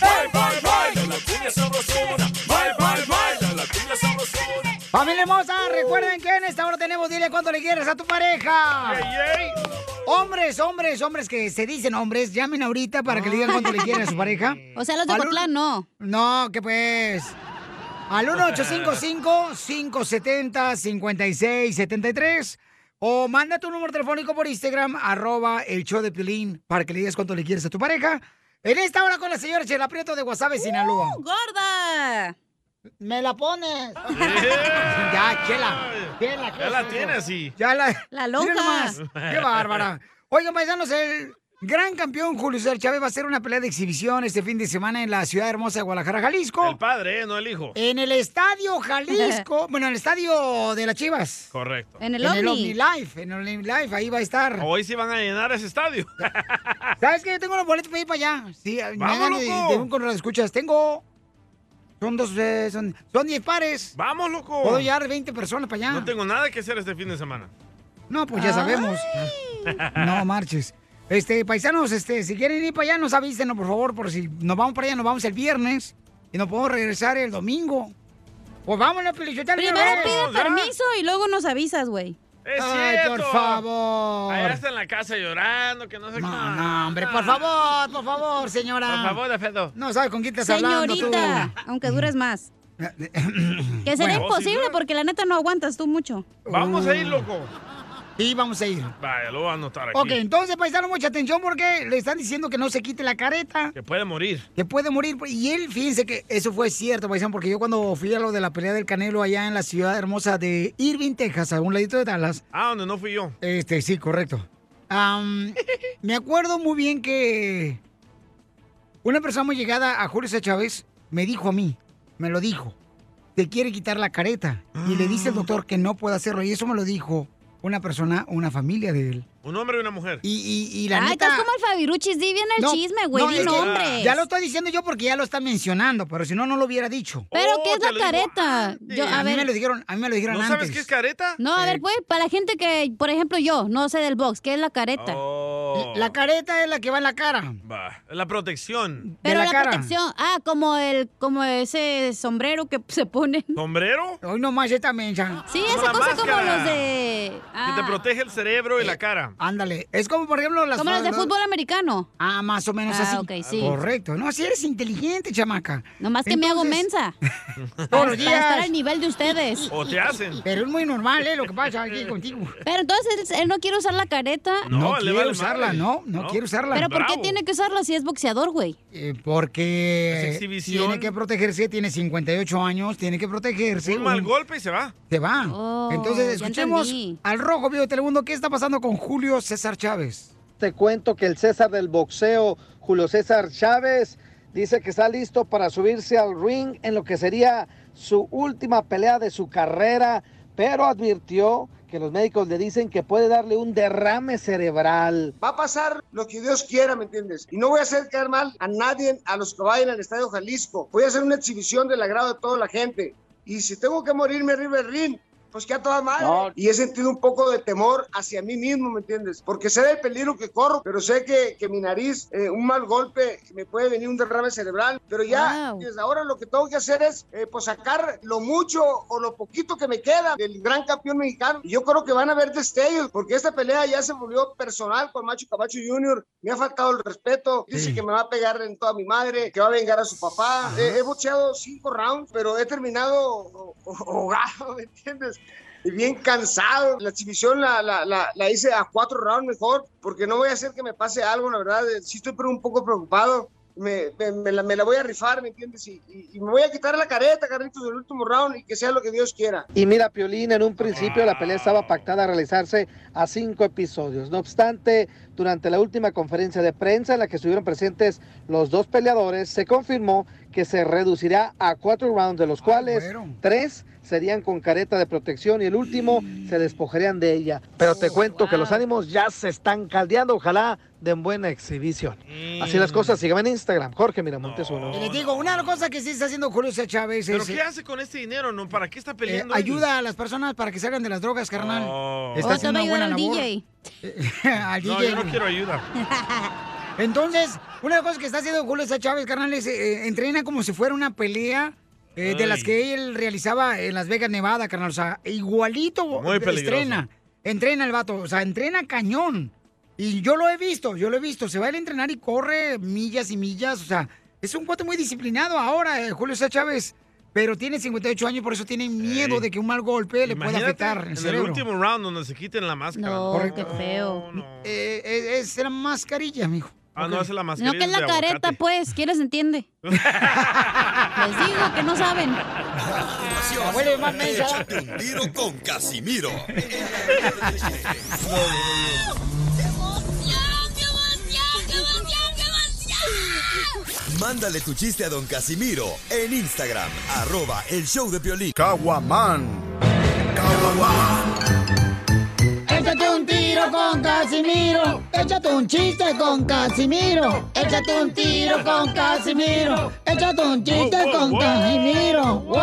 Speaker 1: Bye, bye, baila la cumbia sabrosona. Bye, bye, baila la cumbia sabrosona.
Speaker 2: Familia hermosa, recuerden que en esta hora tenemos Dile cuánto le quieres a tu pareja. Hombres, hombres, hombres que se dicen hombres, llamen ahorita para que le digan cuánto le quieren a su pareja.
Speaker 3: O sea, los de
Speaker 2: Al
Speaker 3: Ocotlán,
Speaker 2: un- No, que pues. Al 1855-570-5673. O manda tu número telefónico por Instagram, arroba el show de Piolín, para que le digas cuánto le quieres a tu pareja. En esta hora con la señora Chela Prieto de Guasave, ¡Uh, Sinaloa.
Speaker 3: ¡Gorda!
Speaker 2: ¡Me la pones! ya, Chela. Chela,
Speaker 4: Ya la tiene así.
Speaker 2: Ya la...
Speaker 3: La
Speaker 2: Miren
Speaker 3: loca.
Speaker 2: nomás, ¡Qué bárbara! Oigan, paisanos, el gran campeón Julio César Chávez va a hacer una pelea de exhibición este fin de semana en la ciudad hermosa de Guadalajara, Jalisco.
Speaker 4: El padre, eh, no el hijo.
Speaker 2: En el estadio Jalisco, bueno, en el estadio de las Chivas.
Speaker 4: Correcto.
Speaker 2: Life, en el Omni Life, ahí va a estar.
Speaker 4: Hoy sí van a llenar ese estadio.
Speaker 2: ¿Sabes qué? Yo tengo los boletos para ir para allá. Sí, me
Speaker 4: ¡Vamos,
Speaker 2: hagan de,
Speaker 4: loco!
Speaker 2: de un con escuchas. Tengo. Son dos, eh, son, son diez pares.
Speaker 4: Vamos, loco.
Speaker 2: Puedo llevar 20 personas para allá.
Speaker 4: No Ah. tengo nada que hacer este fin de semana.
Speaker 2: No, pues ya sabemos.
Speaker 4: Ah.
Speaker 2: No marches. Este, paisanos, este, si quieren ir para allá, nos avísenos, por favor, por si nos vamos para allá, nos vamos el viernes y nos podemos regresar el domingo. Pues vámonos, Pelichotelo.
Speaker 3: Primero pide permiso y luego nos avisas, güey.
Speaker 4: Es
Speaker 2: Ay,
Speaker 4: cierto.
Speaker 2: por favor.
Speaker 4: Allá está en la casa llorando, que no sé
Speaker 2: No, no, hombre, por favor, por favor, señora.
Speaker 4: Por favor, Alfredo.
Speaker 2: No sabes con quién estás hablando tú.
Speaker 3: Señorita, aunque dures más. Que será
Speaker 2: Bueno.
Speaker 3: imposible porque la neta no aguantas tú mucho.
Speaker 4: Vamos a ir, loco.
Speaker 2: Sí, vamos a ir.
Speaker 4: Vaya, lo voy a anotar aquí.
Speaker 2: Uh. Ok, entonces, paisanos, mucha atención porque le están diciendo que no se quite la careta.
Speaker 4: Que puede morir.
Speaker 2: que puede morir. Y él, fíjense que eso fue cierto, paisano, porque yo cuando fui a lo de la pelea del Canelo allá en la ciudad hermosa de Irving, Texas, a un ladito de Dallas.
Speaker 4: Ah, donde no fui yo.
Speaker 2: Este, sí, correcto. Am, me acuerdo muy bien que una persona muy llegada a Julio C. Chávez me dijo a mí, me lo dijo, te quiere quitar la careta. Y le dice el doctor que no puede hacerlo. Y eso me lo dijo una persona, una familia de él.
Speaker 4: Un hombre y una mujer.
Speaker 2: Y, y, y la
Speaker 3: Ay,
Speaker 2: neta-
Speaker 3: estás como el Fabiruchis, di bien el
Speaker 2: No,
Speaker 3: chisme, güey,
Speaker 2: no,
Speaker 3: di
Speaker 2: es que
Speaker 3: nombres.
Speaker 2: Ya lo estoy diciendo yo porque ya lo está mencionando, pero si no, no lo hubiera dicho.
Speaker 3: Pero,
Speaker 4: Oh,
Speaker 3: ¿qué es la careta? Yo, a,
Speaker 2: a, mí
Speaker 3: ver,
Speaker 2: me lo dijeron, a mí me lo dijeron antes.
Speaker 4: careta?
Speaker 3: No, a ver, pues, para la gente que, por ejemplo, yo, no sé del box, ¿qué es la careta?
Speaker 4: Oh.
Speaker 2: La careta es la que va en la cara.
Speaker 4: Va, La protección.
Speaker 3: Pero la, protección, ah, como el, como ese sombrero que se ponen.
Speaker 4: ¿Sombrero?
Speaker 2: Hoy nomás esta mensa.
Speaker 3: Sí,
Speaker 4: Como
Speaker 3: esa
Speaker 4: la
Speaker 3: cosa como
Speaker 4: máscara.
Speaker 3: los de.
Speaker 4: Que te
Speaker 3: Ah,
Speaker 4: protege el cerebro y
Speaker 2: Eh.
Speaker 4: la cara.
Speaker 2: Ándale, es como por ejemplo las
Speaker 3: como los de fútbol americano.
Speaker 2: Ah, más o menos
Speaker 3: Ah,
Speaker 2: así.
Speaker 3: ok, sí.
Speaker 2: Correcto. No, si eres inteligente, chamaca.
Speaker 3: Nomás que me hago mensa.
Speaker 2: Todos
Speaker 3: Para
Speaker 2: los días.
Speaker 3: estar al nivel de ustedes.
Speaker 4: O te hacen.
Speaker 2: Pero es muy normal, ¿eh? Lo que pasa aquí contigo.
Speaker 3: Pero entonces él no quiere usar la careta.
Speaker 2: No, quiere usarla, no, no, quiere usarla.
Speaker 3: Pero ¿por qué tiene que usarla si es boxeador, güey?
Speaker 2: Eh, porque
Speaker 4: Es exhibición.
Speaker 2: tiene que protegerse, tiene 58 años, tiene que protegerse.
Speaker 4: Un mal
Speaker 2: Un-
Speaker 4: golpe y se va.
Speaker 2: Se va.
Speaker 4: Oh,
Speaker 2: Entonces,
Speaker 4: ya
Speaker 2: escuchemos
Speaker 4: entendí.
Speaker 2: al Rojo Vivo de Telemundo qué está pasando con Julio César Chávez.
Speaker 7: Te cuento que el César del boxeo, Julio César Chávez, dice que está listo para subirse al ring en lo que sería su última pelea de su carrera, pero advirtió que los médicos le dicen que puede darle un derrame cerebral.
Speaker 14: Va a pasar lo que Dios quiera, ¿me entiendes? Y no voy a hacer quedar mal a nadie, a los que vayan al Estadio Jalisco. Voy a hacer una exhibición del agrado de toda la gente. Y si tengo que morirme arriba del ring, pues que a toda madre.
Speaker 7: No.
Speaker 14: Y he sentido un poco de temor hacia mí mismo, ¿me entiendes? Porque sé del peligro que corro, pero sé que, que mi nariz, eh, un mal golpe, me puede venir un derrame cerebral. Pero ya,
Speaker 23: Wow.
Speaker 14: desde ahora lo que tengo que hacer es, eh, pues sacar lo mucho o lo poquito que me queda del gran campeón mexicano. Y yo creo que van a haber destellos, porque esta pelea ya se volvió personal con Macho Camacho Jr. Me ha faltado el respeto. Dice que me va a pegar en toda mi madre, que va a vengar a su papá. Eh, he boxeado cinco rounds, pero he terminado ahogado, ¿me entiendes? Y bien cansado. La exhibición la, la, la, la hice a cuatro rounds mejor, porque no voy a hacer que me pase algo, la verdad. eh, Sí estoy pero un poco preocupado. Me, me- me la, me la voy a rifar, ¿me entiendes? Y, y- y me voy a quitar la careta, Carlitos, del último round y que sea lo que Dios quiera.
Speaker 7: Y mira, Piolín, en un principio la pelea estaba pactada a realizarse a cinco episodios. No obstante, durante la última conferencia de prensa en la que estuvieron presentes los dos peleadores, se confirmó que se reducirá a cuatro rounds, de los cuales tres serían con careta de protección y el último se despojarían de ella. Pero te cuento que los ánimos ya se están caldeando, ojalá den buena exhibición. Así las cosas, síganme en Instagram, Jorge Miramontes uno.
Speaker 2: Y les digo, una de las cosas que sí está haciendo Julio César Chávez
Speaker 4: ¿Pero
Speaker 2: es...
Speaker 4: qué hace con este dinero? ¿No? ¿Para qué está
Speaker 2: eh,
Speaker 4: peleando? él?
Speaker 2: ayuda a las personas para que salgan de las drogas, carnal.
Speaker 4: Oh,
Speaker 2: Está
Speaker 4: te
Speaker 2: haciendo
Speaker 4: va a
Speaker 2: una
Speaker 4: ayudar
Speaker 2: buena
Speaker 4: al
Speaker 2: labor.
Speaker 4: DJ.
Speaker 2: al
Speaker 4: No,
Speaker 2: DJ.
Speaker 4: yo no quiero ayuda.
Speaker 2: Entonces, una de las cosas que está haciendo Julio César Chávez, carnal, es eh, entrena como si fuera una pelea eh, de
Speaker 4: Ay.
Speaker 2: las que él realizaba en Las Vegas, Nevada, carnal. O sea, igualito
Speaker 4: Muy peligroso.
Speaker 2: entrena. Entrena el vato, o sea, entrena cañón. Y yo lo he visto, yo lo he visto. Se va a ir a entrenar y corre millas y millas. O sea, es un cuate muy disciplinado ahora, eh, Julio César Chávez. Pero tiene 58 años, por eso tiene miedo de que un mal golpe le pueda
Speaker 4: Imagínate
Speaker 2: afectar el
Speaker 4: en el
Speaker 2: cerebro.
Speaker 4: último round donde se quiten la máscara.
Speaker 2: Correcto. feo. eh, es la mascarilla, mijo.
Speaker 4: Ah, no, esa es la mascarilla.
Speaker 3: No, que es la
Speaker 4: de
Speaker 3: careta,
Speaker 4: aguacate.
Speaker 3: pues. ¿Quién les entiende? les digo que no saben.
Speaker 6: Échate un tiro con Casimiro. Mándale tu chiste a don Casimiro en Instagram, arroba el show de violín. Caguaman.
Speaker 2: Échate un tiro con Casimiro. Échate un chiste con Casimiro. Échate un tiro con Casimiro. Échate un chiste con Casimiro. ¡Wow!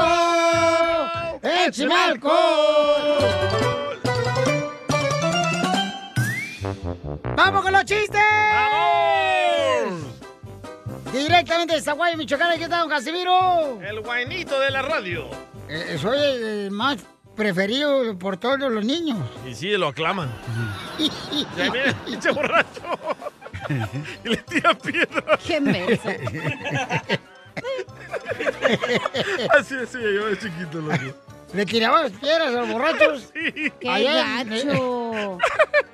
Speaker 2: ¡Échame alcohol! ¡Vamos con los chistes! ¡Vamos! Directamente de Zaguay, Michoacán, aquí está don Casimiro.
Speaker 4: El guainito de la radio.
Speaker 2: Eh, soy el el más preferido por todos los niños.
Speaker 4: Y sí, lo aclaman. Ya viene el pinche borracho. Y le tira piedras.
Speaker 3: Qué menso.
Speaker 4: Así decía yo de chiquito, loco.
Speaker 2: Le tiraban piedras a los borrachos.
Speaker 3: ¡Qué
Speaker 2: Allá en-
Speaker 3: gacho!
Speaker 2: eh,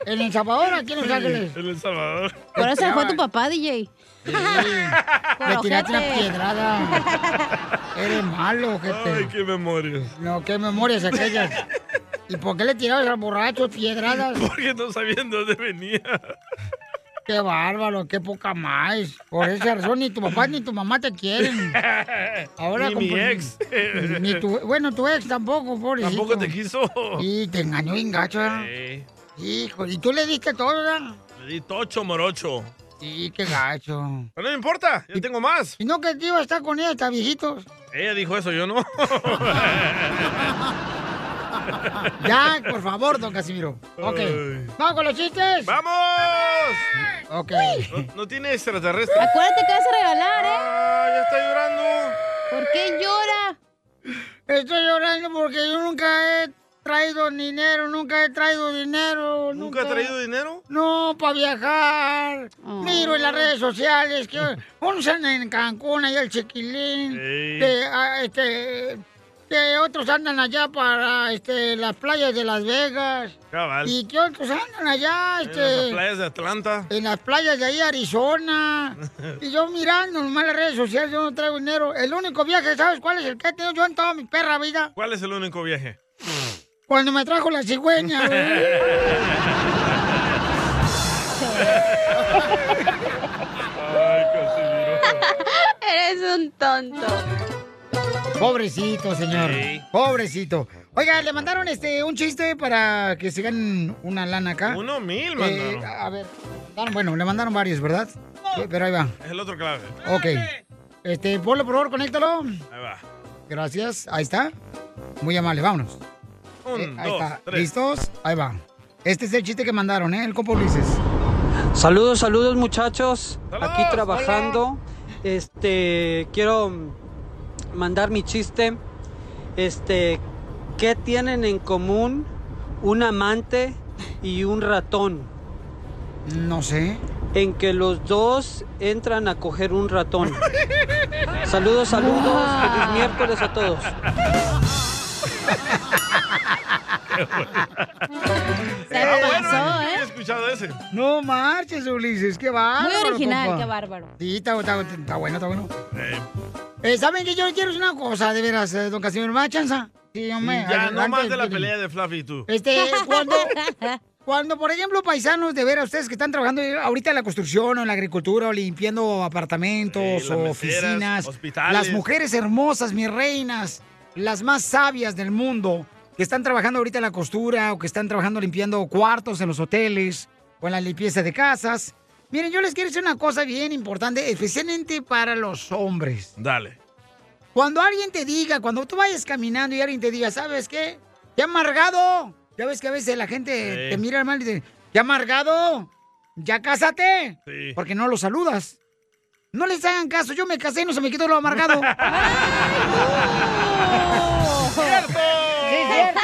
Speaker 2: En El Salvador, aquí en Los Ángeles.
Speaker 4: En El Salvador.
Speaker 3: Por eso se fue tu papá, DJ.
Speaker 2: Le tiraste una
Speaker 3: ojete.
Speaker 2: piedrada. Eres malo, gente.
Speaker 4: Ay, qué memorias.
Speaker 2: No, qué memorias aquellas. ¿Y por qué le tirabas al borracho piedradas?
Speaker 4: Porque no sabían de dónde venía.
Speaker 2: Qué bárbaro, qué poca más. Por esa razón ni tu papá ni tu mamá te quieren. Ahora
Speaker 4: Ni mi
Speaker 2: como-
Speaker 4: ex.
Speaker 2: Ni tu, bueno, tu ex tampoco, pobrecito.
Speaker 4: Tampoco te quiso.
Speaker 2: Y te engañó Ah, bien gacho, ¿eh? ¿verdad?
Speaker 4: Sí.
Speaker 2: Hijo, y tú le diste todo, ¿verdad?
Speaker 4: Le di tocho morocho.
Speaker 2: Sí, qué gacho.
Speaker 4: Pero no me importa, ya tengo más.
Speaker 2: Y no que te iba a estar con esta, viejitos.
Speaker 4: Ella dijo eso, yo no.
Speaker 2: Ya, por favor, don Casimiro. Ok.
Speaker 4: Ay.
Speaker 2: Vamos con los chistes.
Speaker 4: ¡Vamos!
Speaker 2: Ok.
Speaker 4: No, no tiene extraterrestre.
Speaker 3: Acuérdate que vas a regalar, ¿eh?
Speaker 4: Ah, ya está llorando.
Speaker 3: ¿Por qué llora?
Speaker 2: Estoy llorando porque yo nunca he traído dinero, nunca he traído dinero.
Speaker 4: ¿Nunca ha traído dinero?
Speaker 2: No, para viajar.
Speaker 3: Oh.
Speaker 2: Miro en las redes sociales que unos andan en Cancún, allá el chiquilín.
Speaker 4: Ey.
Speaker 2: Que, ah, este, que otros andan allá para este, las playas de Las Vegas.
Speaker 4: Cabal.
Speaker 2: Y que otros andan allá,
Speaker 4: En las
Speaker 2: este.
Speaker 4: playas de Atlanta.
Speaker 2: En las playas de ahí, Arizona. Y yo mirando nomás las redes sociales, yo no traigo dinero. El único viaje, ¿sabes cuál es el que he tenido yo en toda mi perra vida?
Speaker 4: ¿Cuál es el único viaje?
Speaker 2: Cuando me trajo la cigüeña. güey.
Speaker 3: Eres un
Speaker 2: Ah,
Speaker 3: tonto.
Speaker 2: Pobrecito, señor. Pobrecito. Oiga, le mandaron este un chiste para que se ganen una lana acá.
Speaker 4: Uno mil
Speaker 2: Eh,
Speaker 4: mandaron.
Speaker 2: a ver. mandaron- Bueno, le mandaron varios, ¿verdad? Eh, Pero ahí va.
Speaker 4: Es el otro clave.
Speaker 2: Ok. Este, ponlo, por favor, conéctalo.
Speaker 4: Ahí va.
Speaker 2: Gracias. Ahí está. Muy amable, vámonos.
Speaker 4: Un,
Speaker 2: Eh, ahí
Speaker 4: dos,
Speaker 2: está.
Speaker 4: tres.
Speaker 2: ¿Listos? Ahí va. Este es el chiste que mandaron, ¿eh? El compa Ulises.
Speaker 8: Saludos, saludos muchachos. Aquí trabajando. Este, quiero mandar mi chiste. Este, ¿qué tienen en común un amante y un ratón?
Speaker 2: No sé.
Speaker 8: En que los dos entran a coger un ratón. Saludos, saludos. Feliz miércoles a todos.
Speaker 4: Ah, bueno,
Speaker 2: pasó,
Speaker 4: yo
Speaker 2: ¿eh?
Speaker 4: había escuchado ese.
Speaker 2: No marches, Ulises, qué bárbaro.
Speaker 3: Muy original,
Speaker 2: compa.
Speaker 3: qué bárbaro.
Speaker 2: Sí, está, está- está bueno, está bueno. Eh, ¿Saben que yo quiero una cosa, de veras, eh, don Casimiro? ¿Me da chance? Sí, hombre.
Speaker 4: ya,
Speaker 2: adelante,
Speaker 4: no más de la
Speaker 2: Piolín.
Speaker 4: pelea de Fluffy y tú.
Speaker 2: Este, cuando, cuando, por ejemplo, paisanos, de veras, ustedes que están trabajando ahorita en la construcción o en la agricultura o limpiando apartamentos
Speaker 4: Sí, las
Speaker 2: o
Speaker 4: meseras,
Speaker 2: oficinas,
Speaker 4: hospitales.
Speaker 2: las mujeres hermosas, mis reinas, las más sabias del mundo, que están trabajando ahorita en la costura o que están trabajando limpiando cuartos en los hoteles o en la limpieza de casas. Miren, yo les quiero decir una cosa bien importante, especialmente para los hombres.
Speaker 4: Dale.
Speaker 2: Cuando alguien te diga, cuando tú vayas caminando y alguien te diga, ¿sabes qué? ¡Qué amargado! Ya ves que a veces la gente
Speaker 4: Sí.
Speaker 2: te mira mal y dice, ¡qué amargado! ¡Ya cásate!
Speaker 4: Sí.
Speaker 2: Porque no lo saludas. No les hagan caso, yo me casé y no se me quitó lo amargado.
Speaker 4: ¡Cierto!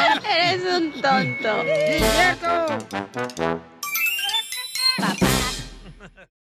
Speaker 3: Eres un tonto.
Speaker 2: ¡Sí, cierto!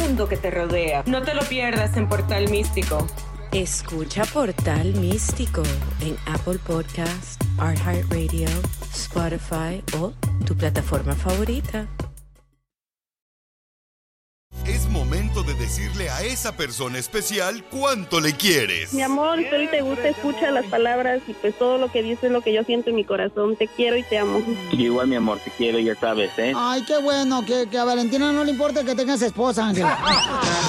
Speaker 9: mundo que te rodea. No te lo pierdas en Portal Místico.
Speaker 10: Escucha Portal Místico en Apple Podcast, iHeartRadio, Spotify o tu plataforma favorita.
Speaker 6: Es momento de decirle a esa persona especial cuánto le quieres.
Speaker 13: Mi amor, si hoy te gusta, escucha las palabras y pues todo lo que dices es lo que yo siento en mi corazón. Te quiero y te amo.
Speaker 19: Igual, mi amor, te quiero, ya sabes, ¿eh?
Speaker 2: Ay, qué bueno, que, que a Valentina no le importa que tengas esposa, Ángela.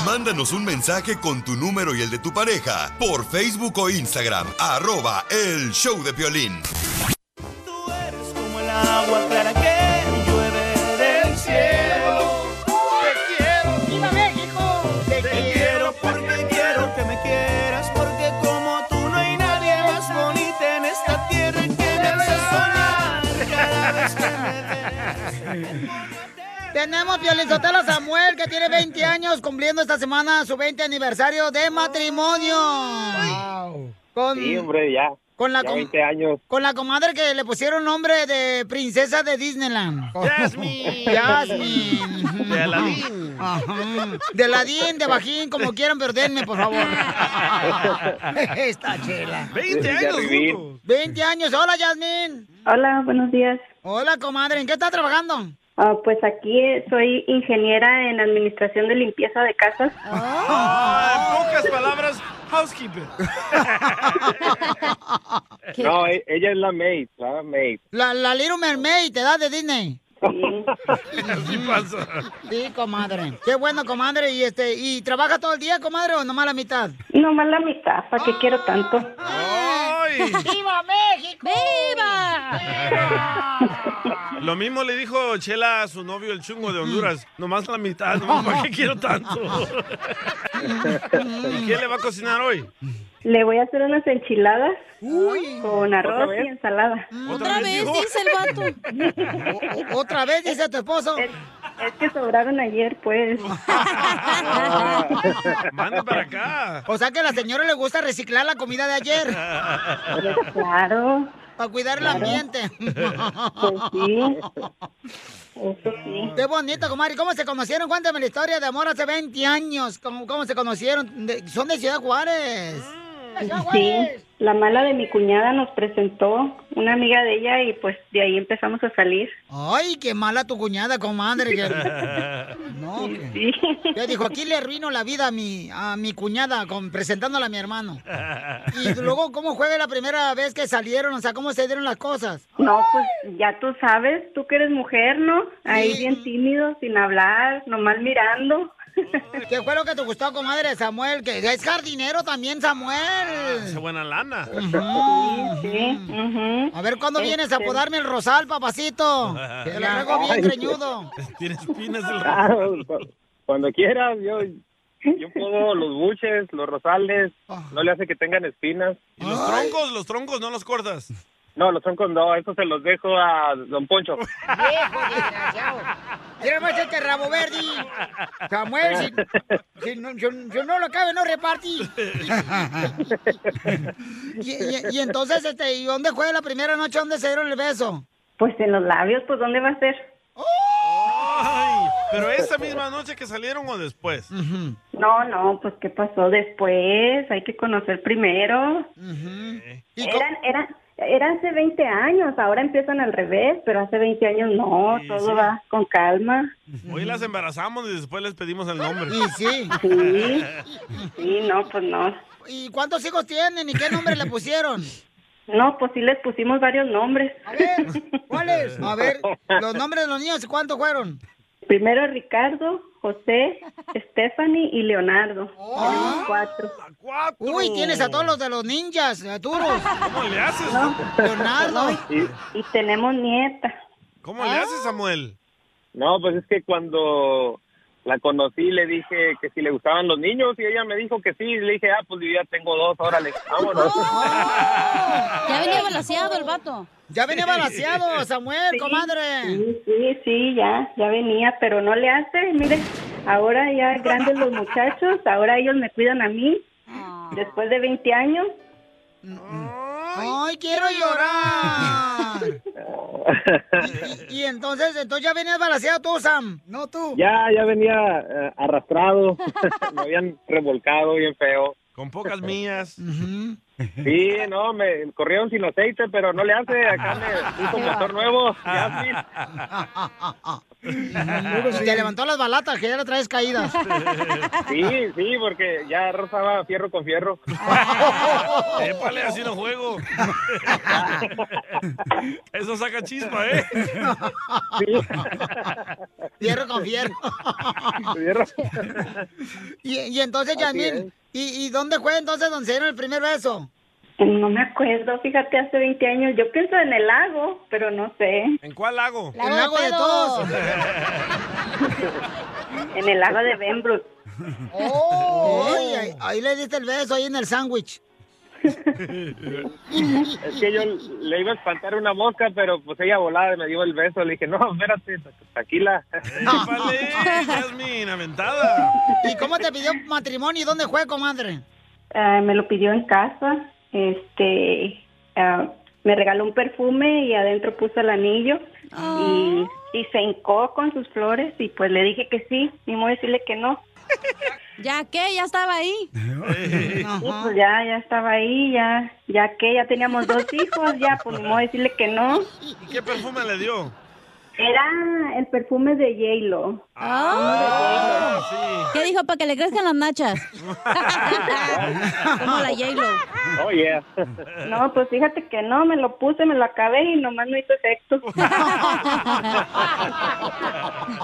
Speaker 6: Mándanos un mensaje con tu número y el de tu pareja por Facebook o Instagram, arroba el show de Piolín.
Speaker 16: Agua clara que llueve del cielo. Te quiero, viva México. Te quiero porque quiero que me quieras, porque como tú no hay nadie más bonita en esta tierra que me hace soñar cada vez que
Speaker 2: Tenemos Piolín Sotelo Samuel, que tiene 20 años, cumpliendo esta semana su 20 aniversario de matrimonio. Con,
Speaker 19: Sí, hombre, ya.
Speaker 2: Con la
Speaker 19: ya
Speaker 2: com-
Speaker 19: 20 años.
Speaker 2: con la comadre que le pusieron nombre de princesa de Disneyland. Jasmine. Jasmine.
Speaker 16: De Aladín.
Speaker 2: Ajá. De Aladín, de Bajín, como quieran, pero denme, por favor. Esta chela.
Speaker 16: 20 años Vivir.
Speaker 2: 20 años. Hola, Jasmine.
Speaker 13: Hola, buenos días.
Speaker 2: Hola, comadre. ¿En qué está trabajando?
Speaker 13: Ah, pues aquí eh, soy ingeniera en administración de limpieza de casas.
Speaker 2: Oh.
Speaker 4: Ah, en pocas palabras, housekeeper.
Speaker 19: No, e- ella es la maid, la maid.
Speaker 2: La, la Little Mermaid, te da de Disney.
Speaker 19: Así pasa.
Speaker 2: Sí, comadre. Qué bueno, comadre. ¿Y este y trabaja todo el día, comadre, o nomás la mitad?
Speaker 13: Nomás la mitad, ¿para qué quiero tanto?
Speaker 2: ¡Viva México!
Speaker 4: ¡Viva! Lo mismo le dijo Chela a su novio, el chungo de Honduras. Nomás la mitad, nomás ¿para qué quiero tanto? ¿Y qué le va a cocinar hoy?
Speaker 13: Le voy a hacer unas enchiladas con
Speaker 4: ¿Otra
Speaker 13: arroz
Speaker 4: vez?
Speaker 13: y ensalada.
Speaker 4: ¿Otra vez vez, dijo?
Speaker 2: dice el vato. ¿Otra vez dice tu esposo? Ah.
Speaker 13: Es que sobraron ayer, pues.
Speaker 4: Manda para acá.
Speaker 2: O sea que a la señora le gusta reciclar la comida de ayer.
Speaker 13: Claro.
Speaker 2: Para cuidar el ambiente.
Speaker 13: Pues sí. Eso sí.
Speaker 2: Qué bonito, comadre. ¿Cómo se conocieron? Cuéntame la historia de amor hace 20 años. ¿Cómo, cómo se conocieron? De- son de Ciudad Juárez. ¡De Ciudad
Speaker 13: Mm. Sí,
Speaker 2: Juárez!
Speaker 13: la mala de mi cuñada nos presentó una amiga de ella y pues de ahí empezamos a salir.
Speaker 2: Ay, qué mala tu cuñada, comadre. que- No, que- Yo dijo, aquí le arruino la vida a mi, a mi cuñada con, presentándola a mi hermano. Y luego, ¿cómo fue la primera vez que salieron? O sea, ¿cómo se dieron las cosas?
Speaker 13: No, pues ya tú sabes, tú que eres mujer, ¿no? Ahí bien tímido, sin hablar, nomás mirando.
Speaker 2: ¿Qué fue lo que te gustó, comadre Samuel? Que es jardinero también, Samuel.
Speaker 4: Qué Ah, buena lana.
Speaker 2: Ujú. A ver, ¿cuándo vienes a
Speaker 4: Este.
Speaker 2: podarme el rosal, papacito? Te lo traigo bien
Speaker 19: Ay.
Speaker 2: greñudo.
Speaker 4: Tiene espinas el
Speaker 19: Claro, cu- cuando quieras, yo, yo puedo los buches, los rosales, no le hace que tengan espinas.
Speaker 4: ¿Y los troncos? ¿Los troncos no los cortas?
Speaker 19: No, los troncos no, eso se los dejo a Don Poncho.
Speaker 2: Viejo desgraciado. Mira más este rabo verde. Samuel, si, si no, yo, yo no lo cabe, no repartí. y, y- y entonces, este, ¿y dónde fue la primera noche? ¿Dónde se dieron el beso?
Speaker 13: Pues en los labios, pues ¿dónde va a ser?
Speaker 4: Pero esa misma noche que salieron o después.
Speaker 13: No, no, pues ¿qué pasó después? Hay que conocer primero.
Speaker 4: Eh,
Speaker 13: Eran, eran, era hace 20 años, ahora empiezan al revés, pero hace 20 años no,
Speaker 4: Sí,
Speaker 13: todo
Speaker 4: sí.
Speaker 13: va con calma.
Speaker 4: Hoy las embarazamos y después les pedimos el nombre.
Speaker 2: sí.
Speaker 13: Sí. Sí, no, pues no.
Speaker 2: ¿Y cuántos hijos tienen y qué nombre le pusieron?
Speaker 13: No, pues sí les pusimos varios nombres.
Speaker 2: A ver, ¿cuáles? A ver, los nombres de los niños, ¿cuántos fueron?
Speaker 13: Primero Ricardo, José, Stephanie y Leonardo.
Speaker 4: Oh.
Speaker 13: Éramos cuatro.
Speaker 2: Uy, tienes a todos los de los ninjas, a duros.
Speaker 4: ¿Cómo le haces?
Speaker 2: Leonardo.
Speaker 13: Y tenemos nieta.
Speaker 4: ¿Cómo le haces, Samuel?
Speaker 19: No, pues es que cuando la conocí le dije que si le gustaban los niños y ella me dijo que sí. Le dije, ah, pues yo ya tengo dos, órale, vámonos.
Speaker 1: Ya venía balaseado el vato.
Speaker 2: Ya venía balaseado, Samuel, comadre.
Speaker 13: Sí, sí, sí, ya, ya venía, pero no le hace, mire, ahora ya grandes los muchachos, ahora ellos me cuidan a mí,
Speaker 4: Ah.
Speaker 13: después de 20 años.
Speaker 2: Ay, quiero llorar. Y, y entonces, entonces ya venías balaseado tú, Sam, no tú.
Speaker 19: ya, ya venía eh, arrastrado, me habían revolcado bien feo.
Speaker 4: Con pocas mías.
Speaker 19: Sí, no, me corrieron sin aceite, pero no le hace, acá me puso motor nuevo. ya,
Speaker 2: Ah,
Speaker 19: pues
Speaker 2: Y Te levantó las balatas que ya la traes caídas.
Speaker 19: sí. sí, sí, porque ya rozaba fierro con fierro.
Speaker 4: Épale, así no juego. Eso saca chispa, ¿eh?
Speaker 2: Fierro con fierro. y, y entonces,
Speaker 13: Así es.
Speaker 2: Yasmín, ¿y, ¿y dónde fue entonces donde se dieron el primer beso?
Speaker 13: Pues No me acuerdo, fíjate, hace 20 años, yo pienso en el lago, pero no sé,
Speaker 4: ¿En cuál lago?
Speaker 13: Lago El lago de de todos. en el lago de Benbrus.
Speaker 2: Oh, ay, ay, ahí le diste el beso, ahí en el sándwich.
Speaker 19: Es que yo le iba a espantar una mosca, pero pues ella volada me dio el beso. Le dije, no, espérate, tranquila.
Speaker 4: Épale, Jasmine, aventada.
Speaker 2: ¿Y cómo te pidió matrimonio y dónde fue, comadre?
Speaker 13: Ah, me lo pidió en casa, este, ah, me regaló un perfume y adentro puso el anillo
Speaker 1: Ah.
Speaker 13: y, y se hincó con sus flores y pues le dije que sí, ni modo de decirle que no.
Speaker 1: ¿Ya qué? ¿Ya estaba ahí?
Speaker 13: Y pues ya, ya estaba ahí, ya, ya que ya teníamos dos hijos, ya, pues ni modo de decirle que no.
Speaker 4: ¿Y qué perfume le dio?
Speaker 13: Era el perfume de J-Lo.
Speaker 1: Ah.
Speaker 13: Ah.
Speaker 1: ¿Qué dijo? Para que le crezcan las nachas. Como la J-Lo.
Speaker 19: Oh, yeah.
Speaker 13: No, pues fíjate que no, me lo puse, me lo acabé y nomás no hizo efecto.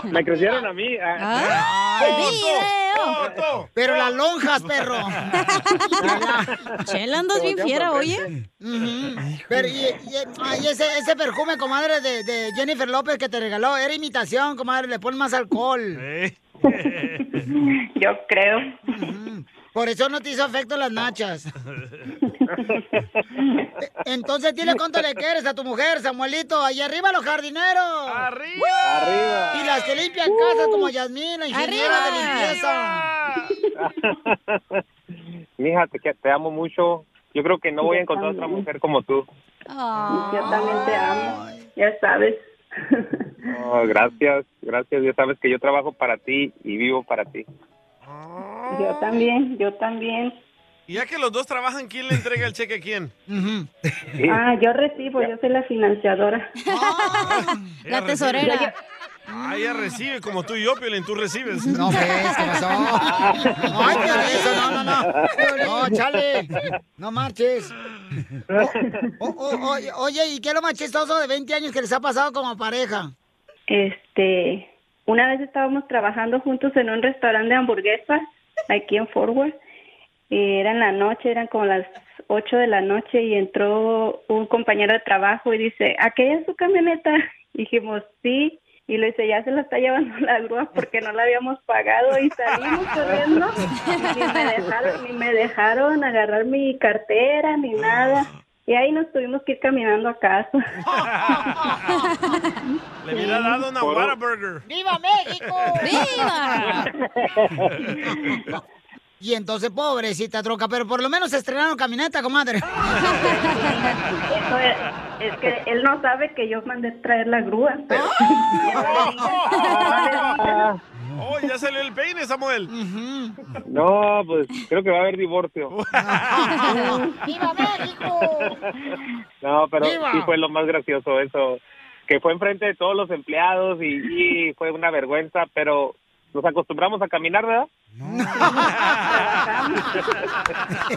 Speaker 19: Me crecieron a mí. ah.
Speaker 2: Pero las lonjas, perro.
Speaker 1: Chela, andas bien fiera, oye.
Speaker 2: Ujú. Pero, y, y- ay, ese, ese perfume, comadre, de, de Jennifer López que te regaló, era imitación, comadre, le ponen más alcohol.
Speaker 13: Yo creo.
Speaker 2: Por eso no te hizo efecto las nachas. Entonces dile cuánto le quieres a tu mujer, Samuelito. Ahí arriba los jardineros. Arriba.
Speaker 19: Arriba.
Speaker 2: Y las que limpian casa como Yasmín, la ingeniera de
Speaker 1: Arriba.
Speaker 2: limpieza.
Speaker 19: Mija, te, te amo mucho. Yo creo que no voy a encontrar otra mujer como tú.
Speaker 13: Yo también te amo, ya sabes.
Speaker 19: Oh, gracias, gracias. Ya sabes que yo trabajo para ti y vivo para ti.
Speaker 13: Yo también, yo también.
Speaker 4: Y ya que los dos trabajan, ¿quién le entrega el cheque a quién?
Speaker 13: Ah, yo recibo, yo soy la financiadora.
Speaker 4: Ella recibe. Ah, ella recibe, como tú y yo, Piolín, tú recibes.
Speaker 2: No, ves, ¿qué pasó? No, ay, Piolín, eso no, no, no. No, chale. No marches. O- o- o- oye, ¿y qué es lo más chistoso de 20 años que les ha pasado como pareja?
Speaker 13: Este, una vez estábamos trabajando juntos en un restaurante de hamburguesas aquí en Forward. Era en la noche, eran como las 8 de la noche y entró un compañero de trabajo y dice, ¿aquella es su camioneta? Y dijimos, sí. Y le dice, ya se la está llevando la grúa porque no la habíamos pagado y salimos corriendo. Y ni me dejaron, ni me dejaron agarrar mi cartera ni nada. Y ahí nos tuvimos que ir caminando a casa.
Speaker 4: Le hubiera dado una
Speaker 19: Por-
Speaker 4: Whataburger.
Speaker 2: ¡Viva México!
Speaker 4: ¡Viva!
Speaker 2: Y entonces, pobrecita troca, pero por lo menos estrenaron camioneta, comadre.
Speaker 13: Eso es, Pues, es que él no sabe que yo mandé traer la grúa, pero...
Speaker 4: tienes, Samuel?
Speaker 11: No, pues creo que va a haber divorcio.
Speaker 2: ¡Viva México!
Speaker 11: No, pero
Speaker 2: ¡Viva!
Speaker 11: sí fue lo más gracioso eso, que fue enfrente de todos los empleados y, y fue una vergüenza, pero nos acostumbramos a caminar, ¿verdad?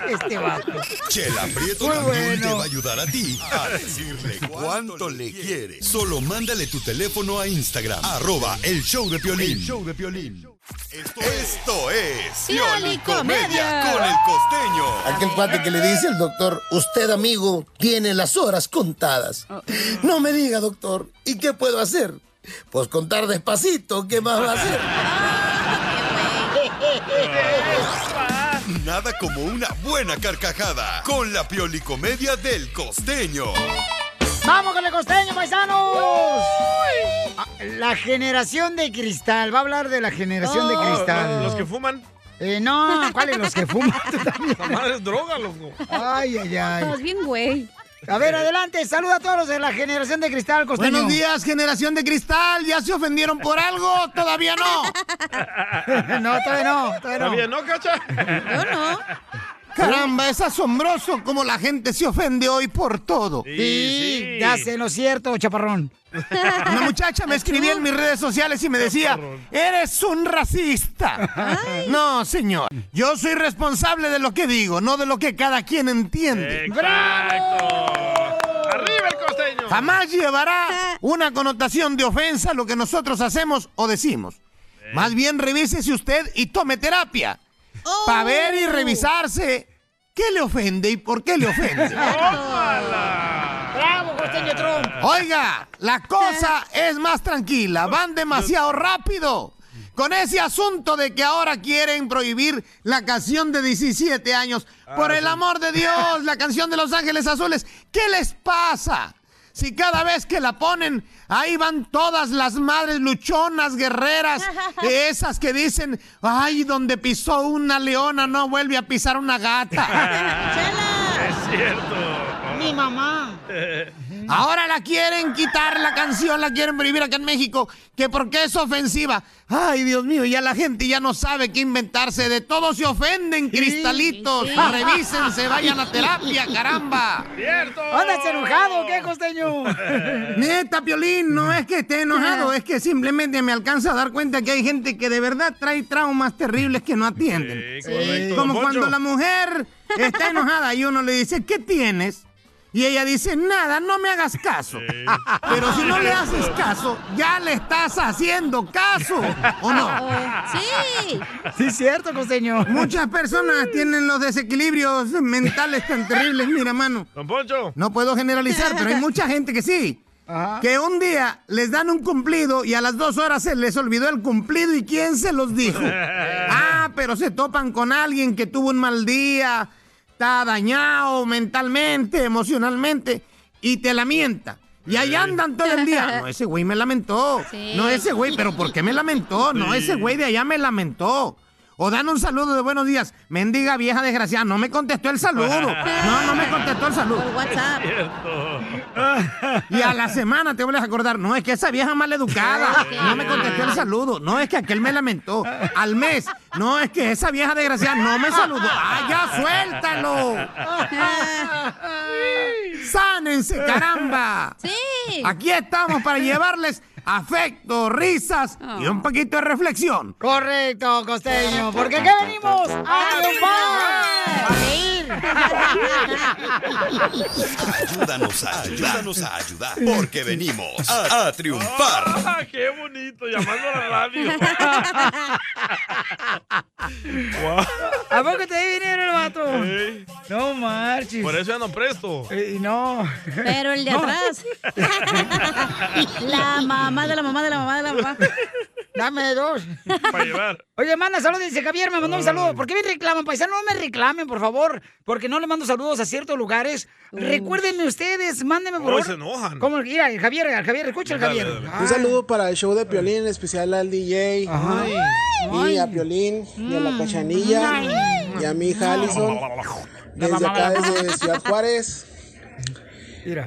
Speaker 2: Este vato.
Speaker 6: Chela Prieto
Speaker 2: Muy
Speaker 6: también
Speaker 2: bueno.
Speaker 6: te va a ayudar a ti a decirle cuánto le quieres. Solo mándale tu teléfono a Instagram, arroba el show de Piolín.
Speaker 1: El
Speaker 6: show de Piolín. Esto es
Speaker 1: Pioli Comedia.
Speaker 6: con el costeño.
Speaker 12: Aquel cuate que le dice el doctor, usted amigo, tiene las horas contadas.
Speaker 2: Oh.
Speaker 12: No me diga, doctor, ¿y qué puedo hacer? Pues contar despacito, ¿qué más va a hacer?
Speaker 6: Nada como una buena carcajada con la Pioli Comedia del costeño.
Speaker 2: ¡Vamos con el costeño, paisanos! Ah, La generación de cristal. Va a hablar de la generación de
Speaker 4: Oh.
Speaker 2: cristal.
Speaker 4: Los que fuman.
Speaker 2: Eh, no, ¿cuáles los que fuman? Tú también.
Speaker 4: La madre es droga, loco.
Speaker 2: Ay, ay, ay.
Speaker 4: Estás
Speaker 2: bien, güey. A ver, adelante. Saluda a todos los de la generación de cristal, costeño.
Speaker 16: Buenos días, generación de cristal. ¿Ya se ofendieron por algo? Todavía no.
Speaker 2: no, todavía no. Todavía no.
Speaker 4: ¿Está bien, no, cacha?
Speaker 16: Caramba, es asombroso cómo la gente se ofende hoy por todo.
Speaker 2: Sí, ya sé lo cierto, chaparrón.
Speaker 16: Una muchacha me escribía en mis redes sociales y me decía, eres un racista. No, señor. Yo soy responsable de lo que digo, no de lo que cada quien entiende.
Speaker 4: ¡Arriba el costeño!
Speaker 16: Jamás llevará una connotación de ofensa lo que nosotros hacemos o decimos. Más bien revísese usted y tome terapia. Para ver y revisarse qué le ofende y por qué le ofende.
Speaker 2: ¡Bravo, costeño Trump!
Speaker 16: Oiga, la cosa es más tranquila, van demasiado rápido. Con ese asunto de que ahora quieren prohibir la canción de 17 años. Por el amor de Dios, la canción de Los Ángeles Azules. ¿Qué les pasa? Si cada vez que la ponen, ahí van todas las madres luchonas, guerreras, esas que dicen, ay, donde pisó una leona no vuelve a pisar una gata.
Speaker 4: Es cierto.
Speaker 2: Mi mamá. Ah,
Speaker 16: Ahora la quieren quitar la canción, la quieren prohibir acá en México, que porque es ofensiva. Ay, Dios mío, ya la gente ya no sabe qué inventarse. De todo se ofenden, cristalitos.
Speaker 4: sí.
Speaker 16: Revísense, vayan a terapia, caramba.
Speaker 4: ¡Cierto!
Speaker 2: ¿Andas enojado o qué, costeño?
Speaker 16: Neta, Piolín, no es que esté enojado, es que simplemente me alcanza a dar cuenta que hay gente que de verdad trae traumas terribles que no atienden.
Speaker 4: Sí, correcto,
Speaker 16: Como
Speaker 4: don
Speaker 16: cuando
Speaker 4: Poncho.
Speaker 16: la mujer está enojada y uno le dice, ¿qué tienes? Y ella dice, nada, no me hagas caso. Pero si no le haces caso, ya le estás haciendo caso, ¿o no? Sí.
Speaker 2: Sí, es cierto, costeño.
Speaker 16: Muchas personas tienen los desequilibrios mentales tan terribles, mira, mano.
Speaker 4: Don Poncho.
Speaker 16: No puedo generalizar, pero hay mucha gente que sí. Que un día les dan un cumplido y a las dos horas se les olvidó el cumplido y quién se los dijo. Ah, pero se topan con alguien que tuvo un mal día, está dañado mentalmente, emocionalmente y te lamenta. Y ahí andan todo el día. No, ese güey me lamentó.
Speaker 4: Sí.
Speaker 16: No, ese güey, pero ¿por qué me lamentó? No, ese güey de allá me lamentó. O dan un saludo de buenos días. Mendiga vieja desgraciada, no me contestó el saludo. No, no me contestó el saludo.
Speaker 2: Ah.
Speaker 1: Es cierto.
Speaker 16: Y a la semana te vuelves a acordar, no, es que esa vieja maleducada no me contestó el saludo, no, es que aquel me lamentó. Al mes, no, es que esa vieja desgraciada no me saludó. ¡Ah, ya suéltalo! ¡Sánense, caramba!
Speaker 1: Sí.
Speaker 16: Aquí estamos para llevarles afecto, risas y un poquito de reflexión.
Speaker 2: Correcto, costeño. Porque aquí venimos a triunfar. A reír.
Speaker 6: Ayúdanos a ayudar, ayúdanos a ayudar, porque venimos a, a triunfar.
Speaker 4: Ah, ¡Qué bonito! Llamando a la radio.
Speaker 2: ¿A poco te di dinero el vato? No marches. Eh,
Speaker 4: Por eso ya no presto.
Speaker 2: no.
Speaker 3: Pero el de
Speaker 4: No.
Speaker 3: atrás. la mamá de la mamá de la mamá de la mamá.
Speaker 2: Dame dos.
Speaker 4: Para llevar.
Speaker 2: Oye, manda saludos, dice Javier, me mandó un saludo. ¿Por qué me reclaman, paisano? No me reclamen, por favor, porque no le mando saludos a ciertos lugares. Recuérdenme ustedes, mándenme por
Speaker 4: Oh,
Speaker 2: favor.
Speaker 4: Mm. se enojan.
Speaker 2: ¿Cómo? Mira, el Javier, el Javier, escucha el
Speaker 4: Dale,
Speaker 2: Javier.
Speaker 4: dale,
Speaker 2: Ah,
Speaker 24: Un saludo para el show de Piolín, en especial al DJ. Ay. Y a Piolín, y a la Cachanilla,
Speaker 2: Ay.
Speaker 24: y a mi hija Allison. Desde acá, desde Ciudad Juárez.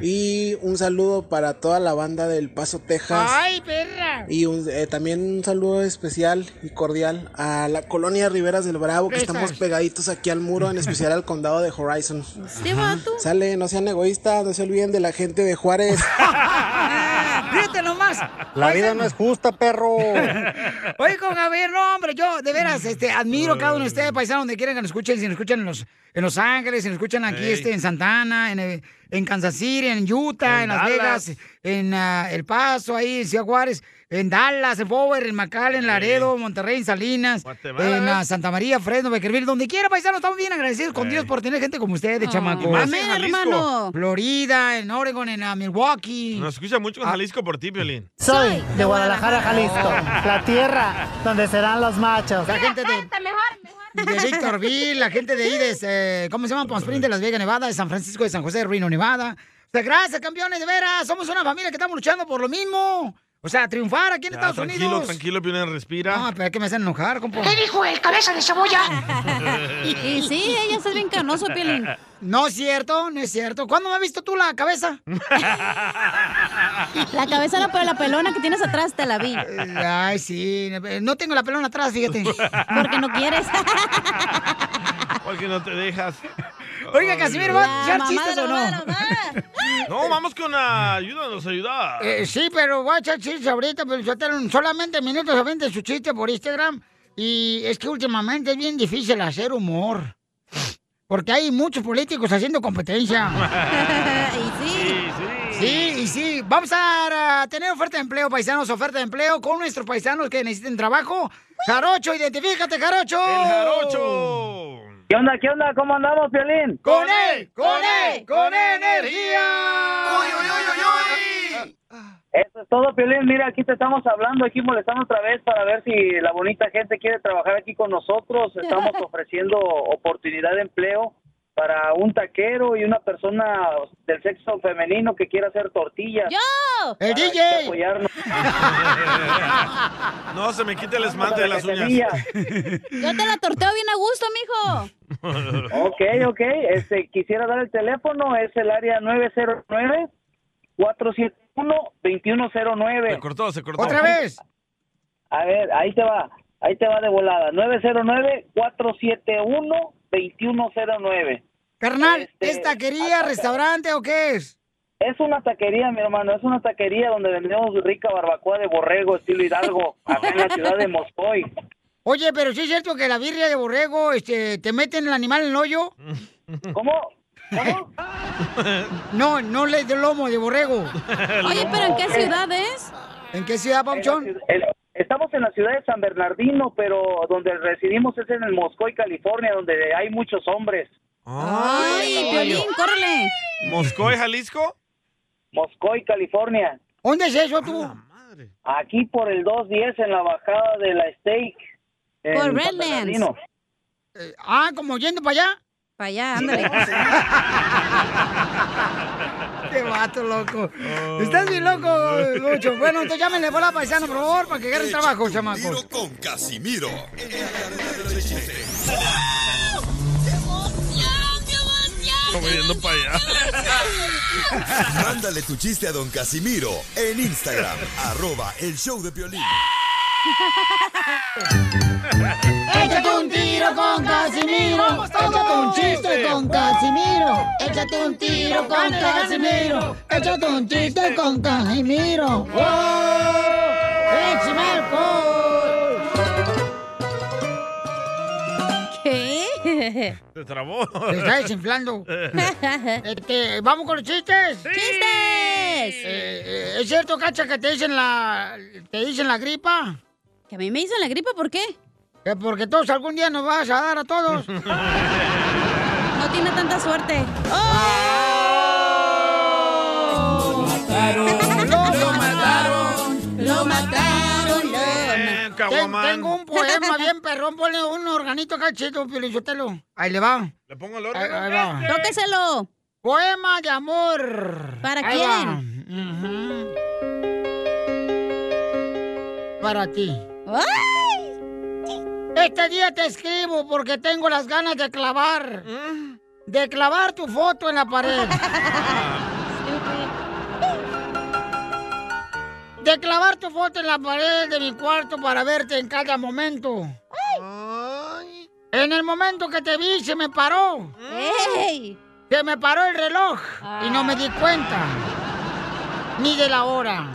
Speaker 24: Y un saludo para toda la banda del Paso, Texas.
Speaker 2: ¡Ay, perra!
Speaker 24: Y un- eh, también un saludo especial y cordial a la colonia Riveras del Bravo, que
Speaker 2: Fresas.
Speaker 24: estamos pegaditos aquí al muro, en especial al condado de Horizon.
Speaker 2: Este vato.
Speaker 24: Sale, no sean egoístas, no se olviden de la gente de Juárez.
Speaker 2: Fíjate nomás.
Speaker 24: La vida no es justa, perro.
Speaker 2: Oye, con Javier, no, hombre, yo de veras este, admiro a cada uno de ustedes, paisanos, donde quieran que nos escuchen, si nos escuchan en Los, en los Ángeles, si nos escuchan aquí
Speaker 4: Ey.
Speaker 2: este, en Santana, en, eh, en Kansas City, en Utah,
Speaker 4: En
Speaker 2: en, Las
Speaker 4: Dallas.
Speaker 2: Vegas, en ah, El Paso, ahí en Ciudad Juárez, en Dallas, en Bower, en McAllen, Laredo, Monterrey, en Salinas,
Speaker 4: Guatemala,
Speaker 2: en
Speaker 4: ¿ves?
Speaker 2: ah, Santa María, Fresno, Beckerville, donde quiera, paisanos, estamos bien agradecidos con Dios por tener gente como ustedes, chamacos.
Speaker 4: Y más en Amén, Jalisco. hermano.
Speaker 2: Florida, en Oregon, en ah, Milwaukee. Ah.
Speaker 4: Nos escucha mucho en Jalisco por ti, Piolín. Ah,
Speaker 17: Soy de Guadalajara, Jalisco, la tierra donde serán los machos.
Speaker 2: La gente de, de Victorville, la gente de ahí, de, eh, ¿cómo se llama? Palm Springs, de Las Vegas, Nevada, de San Francisco, de San José, de Reno, Nevada. O sea, gracias, campeones, de veras. Somos una familia que estamos luchando por lo mismo. O sea, triunfar aquí en
Speaker 4: Ya,
Speaker 2: Estados
Speaker 4: tranquilo,
Speaker 2: Unidos.
Speaker 4: tranquilo, Piolín, respira.
Speaker 2: No, pero es que me hacen enojar, compa.
Speaker 4: ¿Qué
Speaker 2: dijo el cabeza de cebolla?
Speaker 4: Y
Speaker 3: sí, ella es bien canoso, Piolín.
Speaker 2: No es cierto, no es cierto. ¿Cuándo me has visto tú la cabeza?
Speaker 3: La cabeza la, la pelona que tienes atrás te la vi.
Speaker 2: Ay, sí. No tengo la pelona atrás, fíjate. Porque no quieres.
Speaker 4: Porque no te dejas.
Speaker 2: Oiga, Casimiro, ¿va a
Speaker 4: Ay,
Speaker 2: echar
Speaker 4: Dios.
Speaker 2: chistes o no?
Speaker 4: No, vamos con ah, ayúdanos a ayudar.
Speaker 2: Eh, sí, pero voy a echar chistes ahorita, pero yo tengo solamente minutos o 20 su chiste por Instagram. Y es que últimamente es bien difícil hacer humor. Porque hay muchos políticos haciendo competencia.
Speaker 3: y sí.
Speaker 2: Sí, y sí. Vamos a, dar, a tener oferta de empleo, paisanos, oferta de empleo con nuestros paisanos que necesiten trabajo. Jarocho, identifícate, Jarocho. El Jarocho.
Speaker 18: ¿Qué onda? ¿Qué onda? ¿Cómo andamos, Piolín?
Speaker 2: Con él, con él, con energía.
Speaker 18: Eso es todo, Piolín. Mira, aquí te estamos hablando, aquí molestando otra vez para ver si la bonita gente quiere trabajar aquí con nosotros. Estamos ofreciendo oportunidad de empleo para un taquero y una persona del sexo femenino que quiera hacer tortillas.
Speaker 3: ¡Yo!
Speaker 18: ¡El DJ!
Speaker 4: No, se me quita el esmalte de las uñas.
Speaker 3: Yo te la torteo bien a gusto, mijo.
Speaker 18: Ok, ok. Este, quisiera dar el teléfono, es el área 909 471 2109. Se
Speaker 4: cortó, se cortó.
Speaker 18: ¿Otra
Speaker 2: vez?
Speaker 18: A ver, ahí te va. Ahí te va de volada. 909 471 2109.
Speaker 2: Carnal, ¿es taquería, restaurante o qué es?
Speaker 18: Este, Es una taquería, mi hermano, es una taquería donde vendemos rica barbacoa de borrego estilo Hidalgo, acá en la ciudad de Moscoy.
Speaker 2: Oye, pero sí es cierto que la birria de borrego, este, te meten el animal en el hoyo.
Speaker 18: ¿Cómo? ¿Cómo?
Speaker 2: no, no le del lomo de borrego.
Speaker 18: Oye, pero ¿en qué Ok. ciudad
Speaker 3: es?
Speaker 2: ¿En qué ciudad, Pauchón?
Speaker 18: El- estamos en la ciudad de San Bernardino, pero donde residimos es en el Moscoy, California, donde hay muchos hombres.
Speaker 3: Ay, Piolín, córrele.
Speaker 4: ¿Moscoy, Jalisco?
Speaker 18: Moscoy, California.
Speaker 2: ¿Dónde es eso tú?
Speaker 18: Aquí por el 210 en la bajada de la Steak. en
Speaker 2: Por
Speaker 18: San
Speaker 2: Redlands.
Speaker 18: Bernardino.
Speaker 2: Eh, ah, como yendo para allá.
Speaker 3: Para allá, ándale.
Speaker 2: Qué vato, loco. Estás bien loco, Lucho. Bueno, entonces llámenle por la paisano, por favor, para que ganen trabajo, chamacos.
Speaker 6: Con Casimiro.
Speaker 4: Como yendo para allá.
Speaker 6: Mándale tu chiste a don Casimiro en Instagram, arroba el show de violín.
Speaker 2: Échate un tiro con Casimiro. Échate un chiste con Casimiro. Échate un tiro con Casimiro. Échate un chiste con Casimiro. ¡Wow! ¡Échame
Speaker 3: ¿Qué?
Speaker 4: Te trabó.
Speaker 2: Te está desinflando. Este, ¿Vamos con los chistes?
Speaker 3: ¡Chistes!
Speaker 2: Eh, ¿Es cierto, Cacha, que te dicen la, te dicen la gripa?
Speaker 3: ¿Que a mí me dicen la gripa? ¿Por qué?
Speaker 2: porque todos algún día nos vas a dar a todos.
Speaker 3: No tiene tanta suerte.
Speaker 2: ¡Oh! ¡Lo mataron!
Speaker 3: ¡Lo mataron!
Speaker 2: Ten- tengo un poema bien perrón, ponle un organito cachito, Pilichotelo. Ahí le va.
Speaker 4: Le pongo el
Speaker 2: Ahí,
Speaker 4: orden.
Speaker 2: ahí va.
Speaker 3: Tóqueselo.
Speaker 2: Poema de amor.
Speaker 3: ¿Para
Speaker 2: Ahí
Speaker 3: quién?
Speaker 2: va. Ujú. Para ti. Este día te escribo porque tengo las ganas de clavar. De clavar tu foto en la pared. de clavar tu foto en la pared de mi cuarto para verte en cada momento. En el momento que te vi, se me paró. Se me paró el reloj y no me di cuenta. Ni de la hora.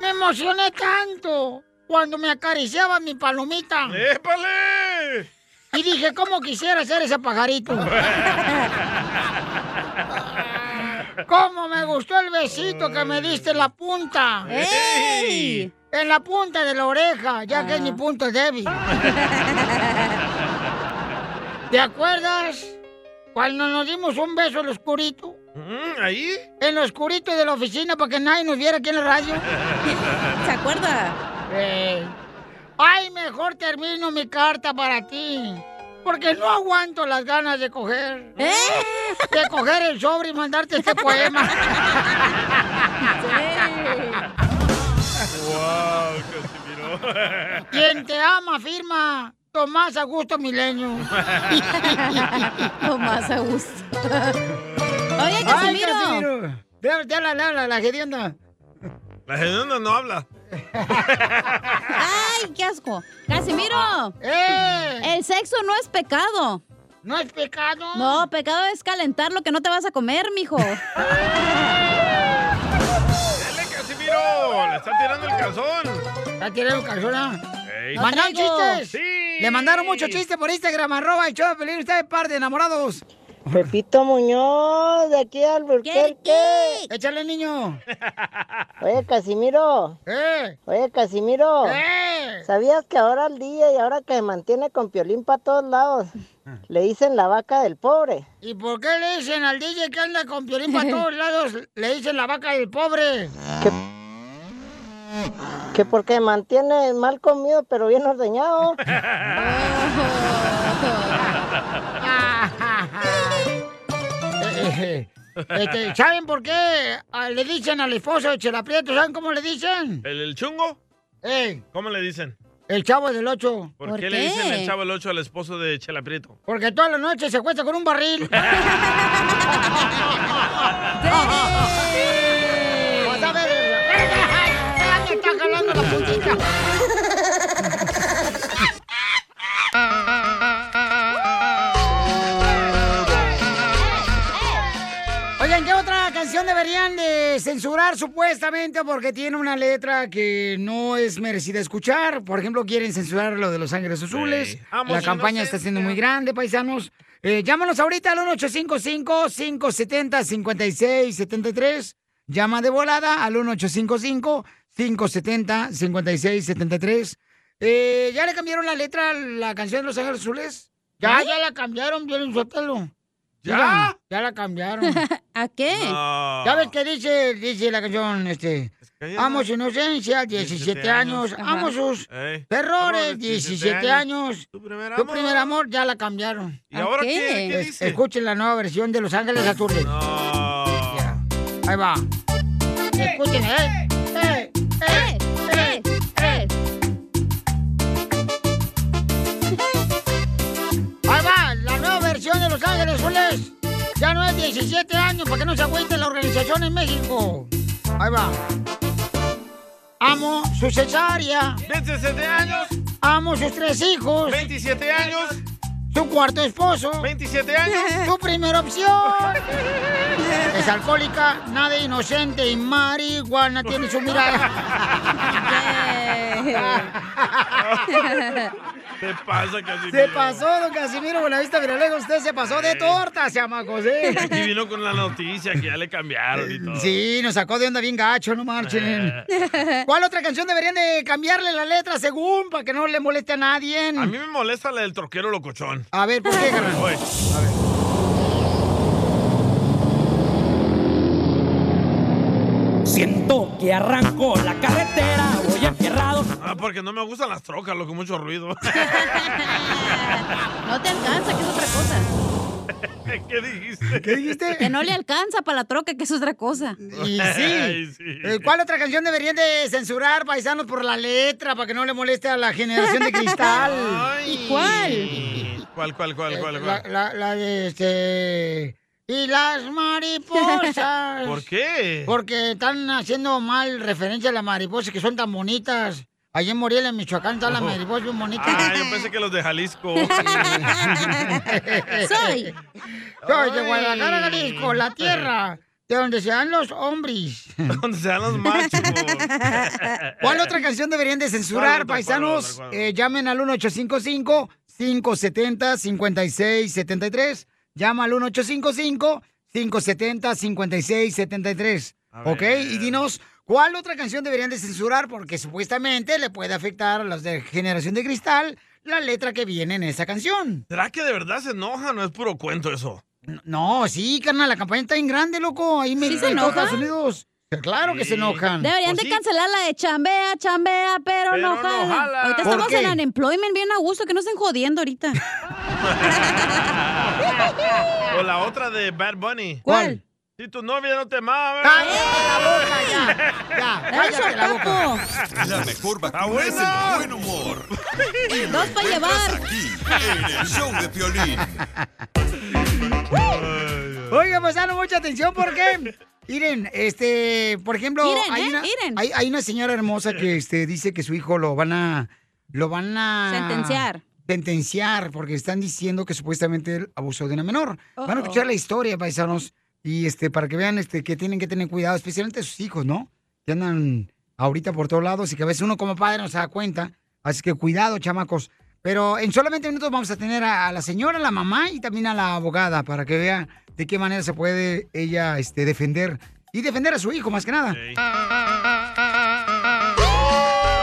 Speaker 2: Me emocioné tanto cuando me acariciaba mi palomita. ¡Épale! Y dije, ¿cómo quisiera ser ese pajarito? ¿Cómo me gustó el besito que me diste en la punta?
Speaker 1: ¡Ey!
Speaker 2: En la punta de la oreja, ya que es mi punto débil. ¿Te acuerdas cuando nos dimos un beso en lo oscurito? ¿Ahí? En lo oscurito de la oficina para que nadie nos viera aquí en la radio. ¿Se acuerda? Ay, mejor termino mi carta para ti. Porque no aguanto las ganas de coger. De coger el sobre y mandarte este poema.
Speaker 4: ¡Wow, Casimiro!
Speaker 2: Quien te ama, firma. Tomás Augusto Milenio. Tomás Augusto.
Speaker 4: Oye, Casimiro.
Speaker 2: Ve, ve la, la, la, la hedionda.
Speaker 4: La gente no habla.
Speaker 3: ¡Ay, qué asco! ¡Casimiro! El sexo no es pecado.
Speaker 2: ¡Eh! ¿No es pecado?
Speaker 3: No, pecado es calentar lo que no te vas a comer, mijo.
Speaker 4: ¡Dale, Casimiro! ¡Le está tirando el calzón!
Speaker 2: ¿Está tirando el calzón? ah?
Speaker 4: Ey.
Speaker 2: ¿Mandaron
Speaker 4: Traigo.
Speaker 2: chistes?
Speaker 4: ¡Sí!
Speaker 2: Le mandaron muchos chistes por Instagram, arroba el show de Pelín, usted par de enamorados.
Speaker 21: Pepito Muñoz, de aquí al Burquerque.
Speaker 2: Échale, niño.
Speaker 21: Oye, Casimiro. Oye, Casimiro. ¿Sabías que ahora al día y ahora que se mantiene con piolín para todos lados, le dicen la vaca del pobre?
Speaker 2: ¿Y por qué le dicen al DJ que anda con piolín para todos lados? Le dicen la vaca del pobre.
Speaker 21: Que porque mantiene mal comido pero bien ordeñado.
Speaker 2: Eh, eh, este, ¿Saben por qué ah, le dicen al esposo de Chela Prieto? ¿Saben cómo le dicen?
Speaker 4: ¿El, el chungo?
Speaker 2: Ey.
Speaker 4: ¿Cómo le dicen?
Speaker 2: El chavo del 8.
Speaker 4: ¿Por, qué, le dicen el chavo el 8 al esposo de Chela Prieto?
Speaker 2: Porque toda la noche se cuesta con un barril. Vas a ver. ¡Ay, está jalando la puntita! Oigan, ¿qué otra canción deberían de censurar supuestamente porque tiene una letra que no es merecida escuchar? Por ejemplo, quieren censurar lo de Los Ángeles Azules.
Speaker 4: Sí.
Speaker 2: La
Speaker 4: Amo su
Speaker 2: campaña
Speaker 4: inocencia.
Speaker 2: está siendo muy grande, paisanos. Eh, llámanos ahorita al 1-855-570-5673. Llama de volada al 1-855-570-5673. Eh, ¿Ya le cambiaron la letra a la canción de Los Ángeles Azules? Ya,
Speaker 3: ¿Eh?
Speaker 2: ya la cambiaron, Violín Sotelo.
Speaker 3: ¿Ya?
Speaker 2: Mira, ya la cambiaron.
Speaker 3: ¿A qué?
Speaker 2: No. ¿Ya ves qué dice, dice la canción? Este,
Speaker 3: cállate.
Speaker 2: amo su inocencia, 17,
Speaker 3: 17
Speaker 2: años.
Speaker 3: años.
Speaker 2: Amo
Speaker 3: Ajá.
Speaker 2: sus
Speaker 4: Ey,
Speaker 2: errores,
Speaker 4: errores,
Speaker 2: 17,
Speaker 4: 17
Speaker 2: años. Tu
Speaker 4: primer
Speaker 2: Tu
Speaker 4: amor.
Speaker 2: primer amor, ya la cambiaron.
Speaker 4: ¿Y ahora qué? ¿Qué
Speaker 2: Es-
Speaker 4: dice?
Speaker 2: Escuchen la nueva versión de Los Ángeles Azules. Ya. Ahí va. Escuchen, ¿eh? ¡Eh! ¡Eh! ¡Eh! ¡Eh! Ahí va, la nueva versión de Los Ángeles Azules. Ya no es 17 años, para que no se agüite la organización en México. Ahí va. Amo su cesárea.
Speaker 4: 27 años.
Speaker 2: Amo sus tres hijos.
Speaker 4: 27 años.
Speaker 2: Su cuarto esposo.
Speaker 4: 27 años.
Speaker 2: Su primera opción. Es alcohólica, nada inocente y marihuana tiene su mirada.
Speaker 4: Te pasa, Casimiro.
Speaker 2: se pasó, don Casimiro Buenavista Viralejo. Usted se pasó de torta, se ¿eh?
Speaker 4: Aquí vino con la noticia que ya le cambiaron y todo.
Speaker 2: Sí, nos sacó de onda bien gacho, no marchen.
Speaker 4: Eh.
Speaker 2: ¿Cuál otra canción deberían de cambiarle la letra según para que no le moleste a nadie?
Speaker 4: A mí me molesta la del troquero locochón.
Speaker 2: A ver, ¿por qué, carnal?
Speaker 4: Oye,
Speaker 16: Siento que arranco la carretera, voy enfierrado.
Speaker 4: Ah, porque no me gustan las trocas, loco, mucho ruido.
Speaker 3: No te alcanza, que es otra cosa.
Speaker 4: ¿Qué dijiste?
Speaker 2: ¿Qué dijiste?
Speaker 3: Que no le alcanza para la troca, que es otra cosa.
Speaker 2: Y sí.
Speaker 4: Ay, sí.
Speaker 2: Eh, ¿Cuál otra canción deberían de censurar, paisanos, por la letra, para que no le moleste a la generación de cristal?
Speaker 4: Ay.
Speaker 2: ¿Y cuál?
Speaker 4: ¿Cuál, cuál, cuál, cuál?
Speaker 2: La,
Speaker 4: cuál?
Speaker 2: la- la de este. Y las mariposas.
Speaker 4: ¿Por qué?
Speaker 2: Porque están haciendo mal referencia a las mariposas que son tan bonitas. Allí en Morelia, en Michoacán, están
Speaker 4: Oh.
Speaker 2: las mariposas bien bonitas.
Speaker 4: Ah, yo pensé que los de Jalisco.
Speaker 2: Soy. Soy de
Speaker 4: Ah, Ay.
Speaker 2: Guadalajara, Jalisco, la tierra de donde se dan los hombres.
Speaker 4: Donde se dan los machos.
Speaker 2: ¿Cuál otra canción deberían de censurar,
Speaker 4: ¿Cuál otra,
Speaker 2: paisanos?
Speaker 4: cuál otra, cuál otra?
Speaker 2: Eh, llamen al 1855-570-5673. Llama al 1855-570-5673. ¿Ok? Y dinos, ¿cuál otra canción deberían de censurar? Porque supuestamente le puede afectar a los de Generación de Cristal la letra que viene en esa canción.
Speaker 4: ¿Será que de verdad se enoja? No es puro cuento eso.
Speaker 2: No, sí, carnal, la campaña está bien grande, loco. Ahí me
Speaker 3: se enojan?
Speaker 2: Estados Unidos. Claro que se enojan. Pues
Speaker 3: Deberían de cancelar la de chambea, chambea, pero,
Speaker 2: Pero
Speaker 3: no
Speaker 2: no
Speaker 3: jala.
Speaker 2: jala.
Speaker 3: Ahorita
Speaker 2: ¿Por
Speaker 3: estamos
Speaker 2: qué?
Speaker 3: en unemployment bien a gusto, que no estén jodiendo ahorita.
Speaker 4: o la otra de Bad Bunny.
Speaker 3: ¿Cuál?
Speaker 4: Si tu novia no te mama.
Speaker 2: Ya,
Speaker 4: cállate la boca.
Speaker 6: La mejor vacuna
Speaker 4: buena!
Speaker 6: es el buen humor. Y lo
Speaker 3: Dos para
Speaker 6: encuentras
Speaker 3: llevar.
Speaker 6: Aquí, en el show de Piolín.
Speaker 2: Oiga, pasaron mucha atención porque. Miren, este, por ejemplo,
Speaker 3: Miren,
Speaker 2: hay,
Speaker 3: ¿eh?
Speaker 2: una,
Speaker 3: Miren.
Speaker 2: hay- hay una señora hermosa que este, dice que su hijo lo van a. Lo van a.
Speaker 3: Sentenciar.
Speaker 2: Sentenciar, porque están diciendo que supuestamente él abusó de una menor. Van a
Speaker 3: Uh-oh.
Speaker 2: escuchar la historia, paisanos, y este, para que vean este, que tienen que tener cuidado, especialmente sus hijos, ¿no? Que andan ahorita por todos lados y que a veces uno como padre no se da cuenta. Así que cuidado, chamacos. Pero en solamente minutos vamos a tener a, a la señora, a la mamá y también a la abogada para que vea de qué manera se puede ella este, defender y defender a su hijo, más que nada.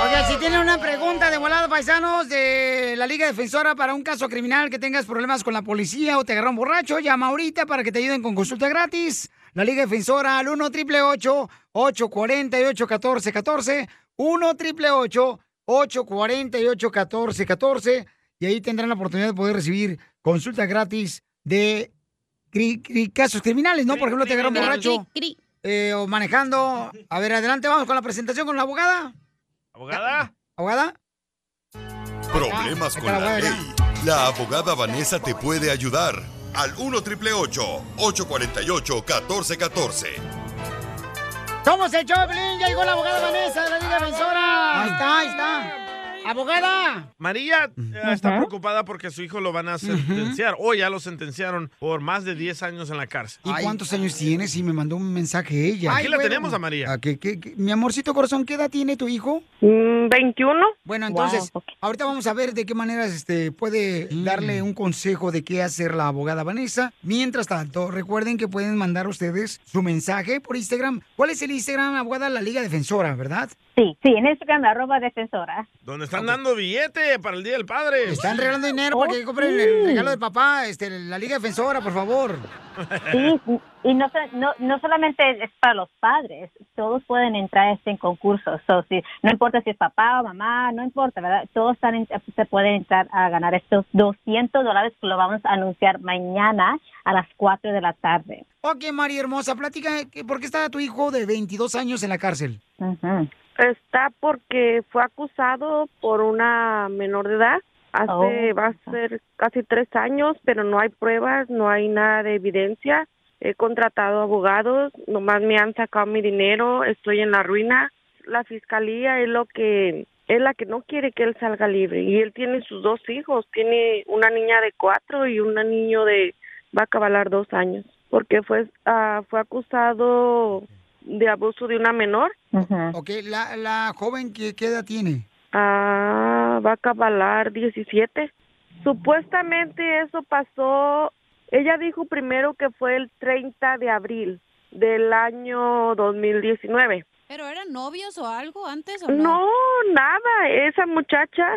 Speaker 2: Oiga, si tienen una pregunta de volada, paisanos, de la Liga Defensora para un caso criminal que tengas problemas con la policía o te agarraron borracho, llama ahorita para que te ayuden con consulta gratis. La Liga Defensora al 1 888 848 1414 1 888 848 1414 y ahí tendrán la oportunidad de poder recibir consulta gratis de cri- cri- casos criminales, ¿no? Por ejemplo, te agarraron borracho
Speaker 3: Cri, cri.
Speaker 2: eh, o manejando. A ver, adelante, vamos con la presentación con la abogada.
Speaker 4: ¿Abogada?
Speaker 2: ¿Abogada?
Speaker 6: Problemas con la ley. La abogada Vanessa te puede ayudar. Al 1 848 1414.
Speaker 2: Somos el Choplin, ya llegó la abogada Vanessa de la Liga Defensora. Ahí está, ahí está. Abogada.
Speaker 4: María eh, está preocupada porque su hijo lo van a sentenciar. O ya lo sentenciaron por más de 10 años en la cárcel.
Speaker 2: ¿Y cuántos años tienes? Y me mandó un mensaje ella.
Speaker 4: Aquí la tenemos a María.
Speaker 2: ¿A qué- qué- qué? Mi amorcito corazón, ¿qué edad tiene tu hijo?
Speaker 22: Mm, 21.
Speaker 2: Bueno, entonces, ahorita vamos a ver de qué maneras este, puede darle un consejo de qué hacer la abogada Vanessa. Mientras tanto, recuerden que pueden mandar ustedes su mensaje por Instagram. ¿Cuál es el Instagram, abogada? La Liga Defensora, ¿verdad?
Speaker 22: Sí, sí, en Instagram, arroba defensora.
Speaker 4: Donde están dando billete para el Día del Padre.
Speaker 2: Están regalando dinero para que compren
Speaker 22: Oh, sí.
Speaker 2: el regalo de papá, este, la Liga Defensora, por favor.
Speaker 22: Sí, y no, so- no, no solamente es para los padres, todos pueden entrar este, en concursos. So, si- no importa si es papá o mamá, no importa, ¿verdad? Todos están en- se pueden entrar a ganar estos 200 dólares que lo vamos a anunciar mañana a las 4 de la tarde.
Speaker 2: Ok, María Hermosa, platica, ¿qué- ¿por qué está tu hijo de 22 años en la cárcel?
Speaker 22: Está
Speaker 20: porque fue acusado por una menor de edad hace
Speaker 22: Oh.
Speaker 20: va a ser casi tres años, pero no hay pruebas, no hay nada de evidencia. He contratado abogados, nomás me han sacado mi dinero, estoy en la ruina. La fiscalía es lo que es la que no quiere que él salga libre y él tiene sus dos hijos, tiene una niña de cuatro y un niño de va a acabar dos años porque fue ah, fue acusado de abuso de una menor
Speaker 2: Ok, la, la joven, ¿qué, qué edad tiene?
Speaker 20: Ah, va a cabalar 17. Supuestamente eso pasó, ella dijo primero que fue el 30 de abril del año 2019.
Speaker 3: ¿Pero eran novios o algo antes o no?
Speaker 20: No, nada, esa muchacha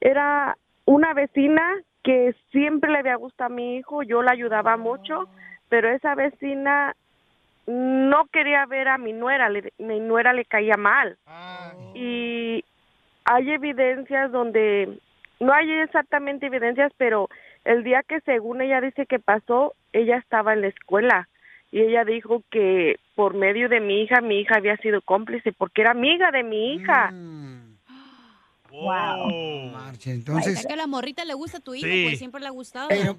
Speaker 20: era una vecina que siempre le había gustado a mi hijo, yo la ayudaba mucho, pero esa vecina no quería ver a mi nuera, le- mi nuera le caía mal. Y hay evidencias donde, no hay exactamente evidencias, pero el día que según ella dice que pasó, ella estaba en la escuela y ella dijo que por medio de mi hija, mi hija había sido cómplice porque era amiga de mi hija.
Speaker 2: Marche, entonces,
Speaker 3: Es que a la morrita le gusta a tu hijo,
Speaker 20: Sí.
Speaker 3: pues siempre le ha gustado.
Speaker 20: eso,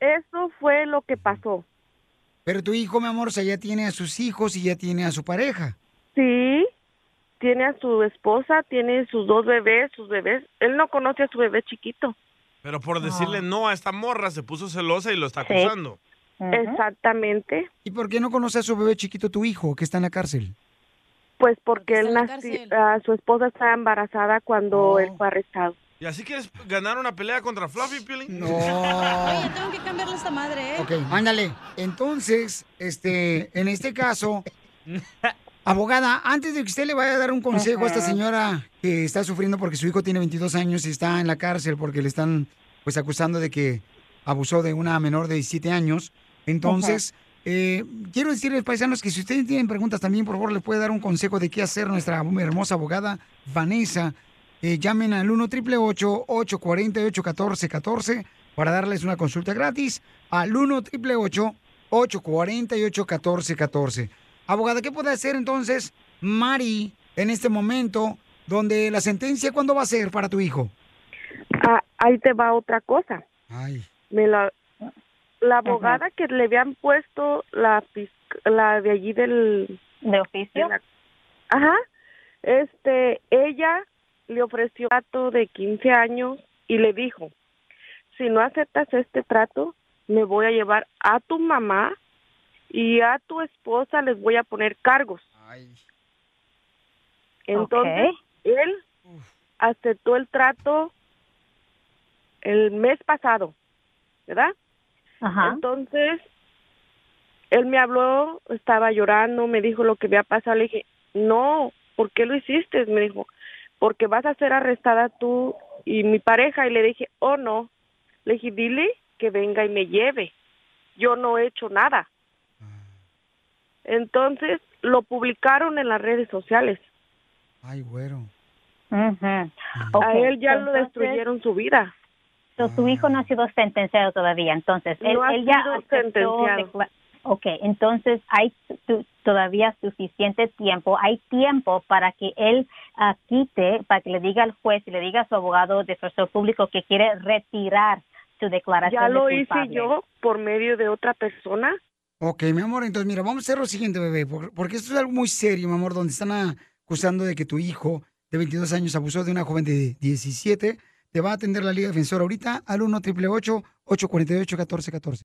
Speaker 20: eso fue lo que pasó.
Speaker 2: Pero tu hijo, mi amor, o sea, ya tiene a sus hijos y ya tiene a su pareja.
Speaker 20: Sí, tiene a su esposa, tiene sus dos bebés, sus bebés. Él no conoce a su bebé chiquito.
Speaker 4: Pero por decirle no a esta morra, se puso celosa y lo está acusando.
Speaker 20: Exactamente.
Speaker 2: ¿Y por qué no conoce a su bebé chiquito tu hijo, que está en la cárcel?
Speaker 20: Pues porque él nació, ah, su esposa estaba embarazada cuando él fue arrestado.
Speaker 4: ¿Y así quieres ganar una pelea contra Fluffy, Piolín?
Speaker 14: Oye, tengo que cambiarle esta madre, ¿eh?
Speaker 2: Ok, ándale. Entonces, este, en este caso, abogada, antes de que usted le vaya a dar un consejo a esta
Speaker 14: Ajá.
Speaker 2: señora que está sufriendo porque su hijo tiene 22 años y está en la cárcel porque le están pues acusando de que abusó de una menor de 17 años, entonces eh, quiero decirles, paisanos, que si ustedes tienen preguntas también, por favor, le puede dar un consejo de qué hacer nuestra hermosa abogada Vanessa. Eh, llamen al 1 888 848 1414 para darles una consulta gratis al 1 888 848 1414 Abogada, ¿qué puede hacer entonces Mari en este momento donde la sentencia cuándo va a ser para tu hijo?
Speaker 20: Ah, ahí te va otra cosa.
Speaker 2: Ay.
Speaker 20: Me la, la abogada que le habían puesto la, fis- la de allí del... ¿De oficio? ajá. Este, ella le ofreció un trato de 15 años y le dijo, si no aceptas este trato, me voy a llevar a tu mamá y a tu esposa les voy a poner cargos. Entonces, él aceptó el trato el mes pasado, ¿verdad?
Speaker 22: Ajá.
Speaker 20: Entonces, él me habló, estaba llorando, me dijo lo que había pasado. Le dije, no, ¿por qué lo hiciste? Me dijo, porque vas a ser arrestada tú y mi pareja. Y le dije, oh, no. Le dije, dile que venga y me lleve. Yo no he hecho nada. Entonces, lo publicaron en las redes sociales.
Speaker 2: Ay, güero.
Speaker 20: A él ya lo destruyeron su vida.
Speaker 22: Entonces, su hijo no ha sido sentenciado todavía, entonces él,
Speaker 20: Ah. No ha
Speaker 22: él ya
Speaker 20: sido
Speaker 22: aceptó
Speaker 20: sentenciado.
Speaker 22: decla- Ok, entonces hay tu- todavía suficiente tiempo, hay tiempo para que él ah, quite, para que le diga al juez y le diga a su abogado defensor público que quiere retirar su declaración
Speaker 20: Ya
Speaker 22: de
Speaker 20: lo hice
Speaker 22: culpable.
Speaker 20: yo por medio de otra persona.
Speaker 2: Ok, mi amor, entonces mira, vamos a hacer lo siguiente, bebé, por- porque esto es algo muy serio, mi amor, donde están acusando de que tu hijo de 22 años abusó de una joven de 17. Te va a atender la Liga Defensora ahorita al 1 888 848 1414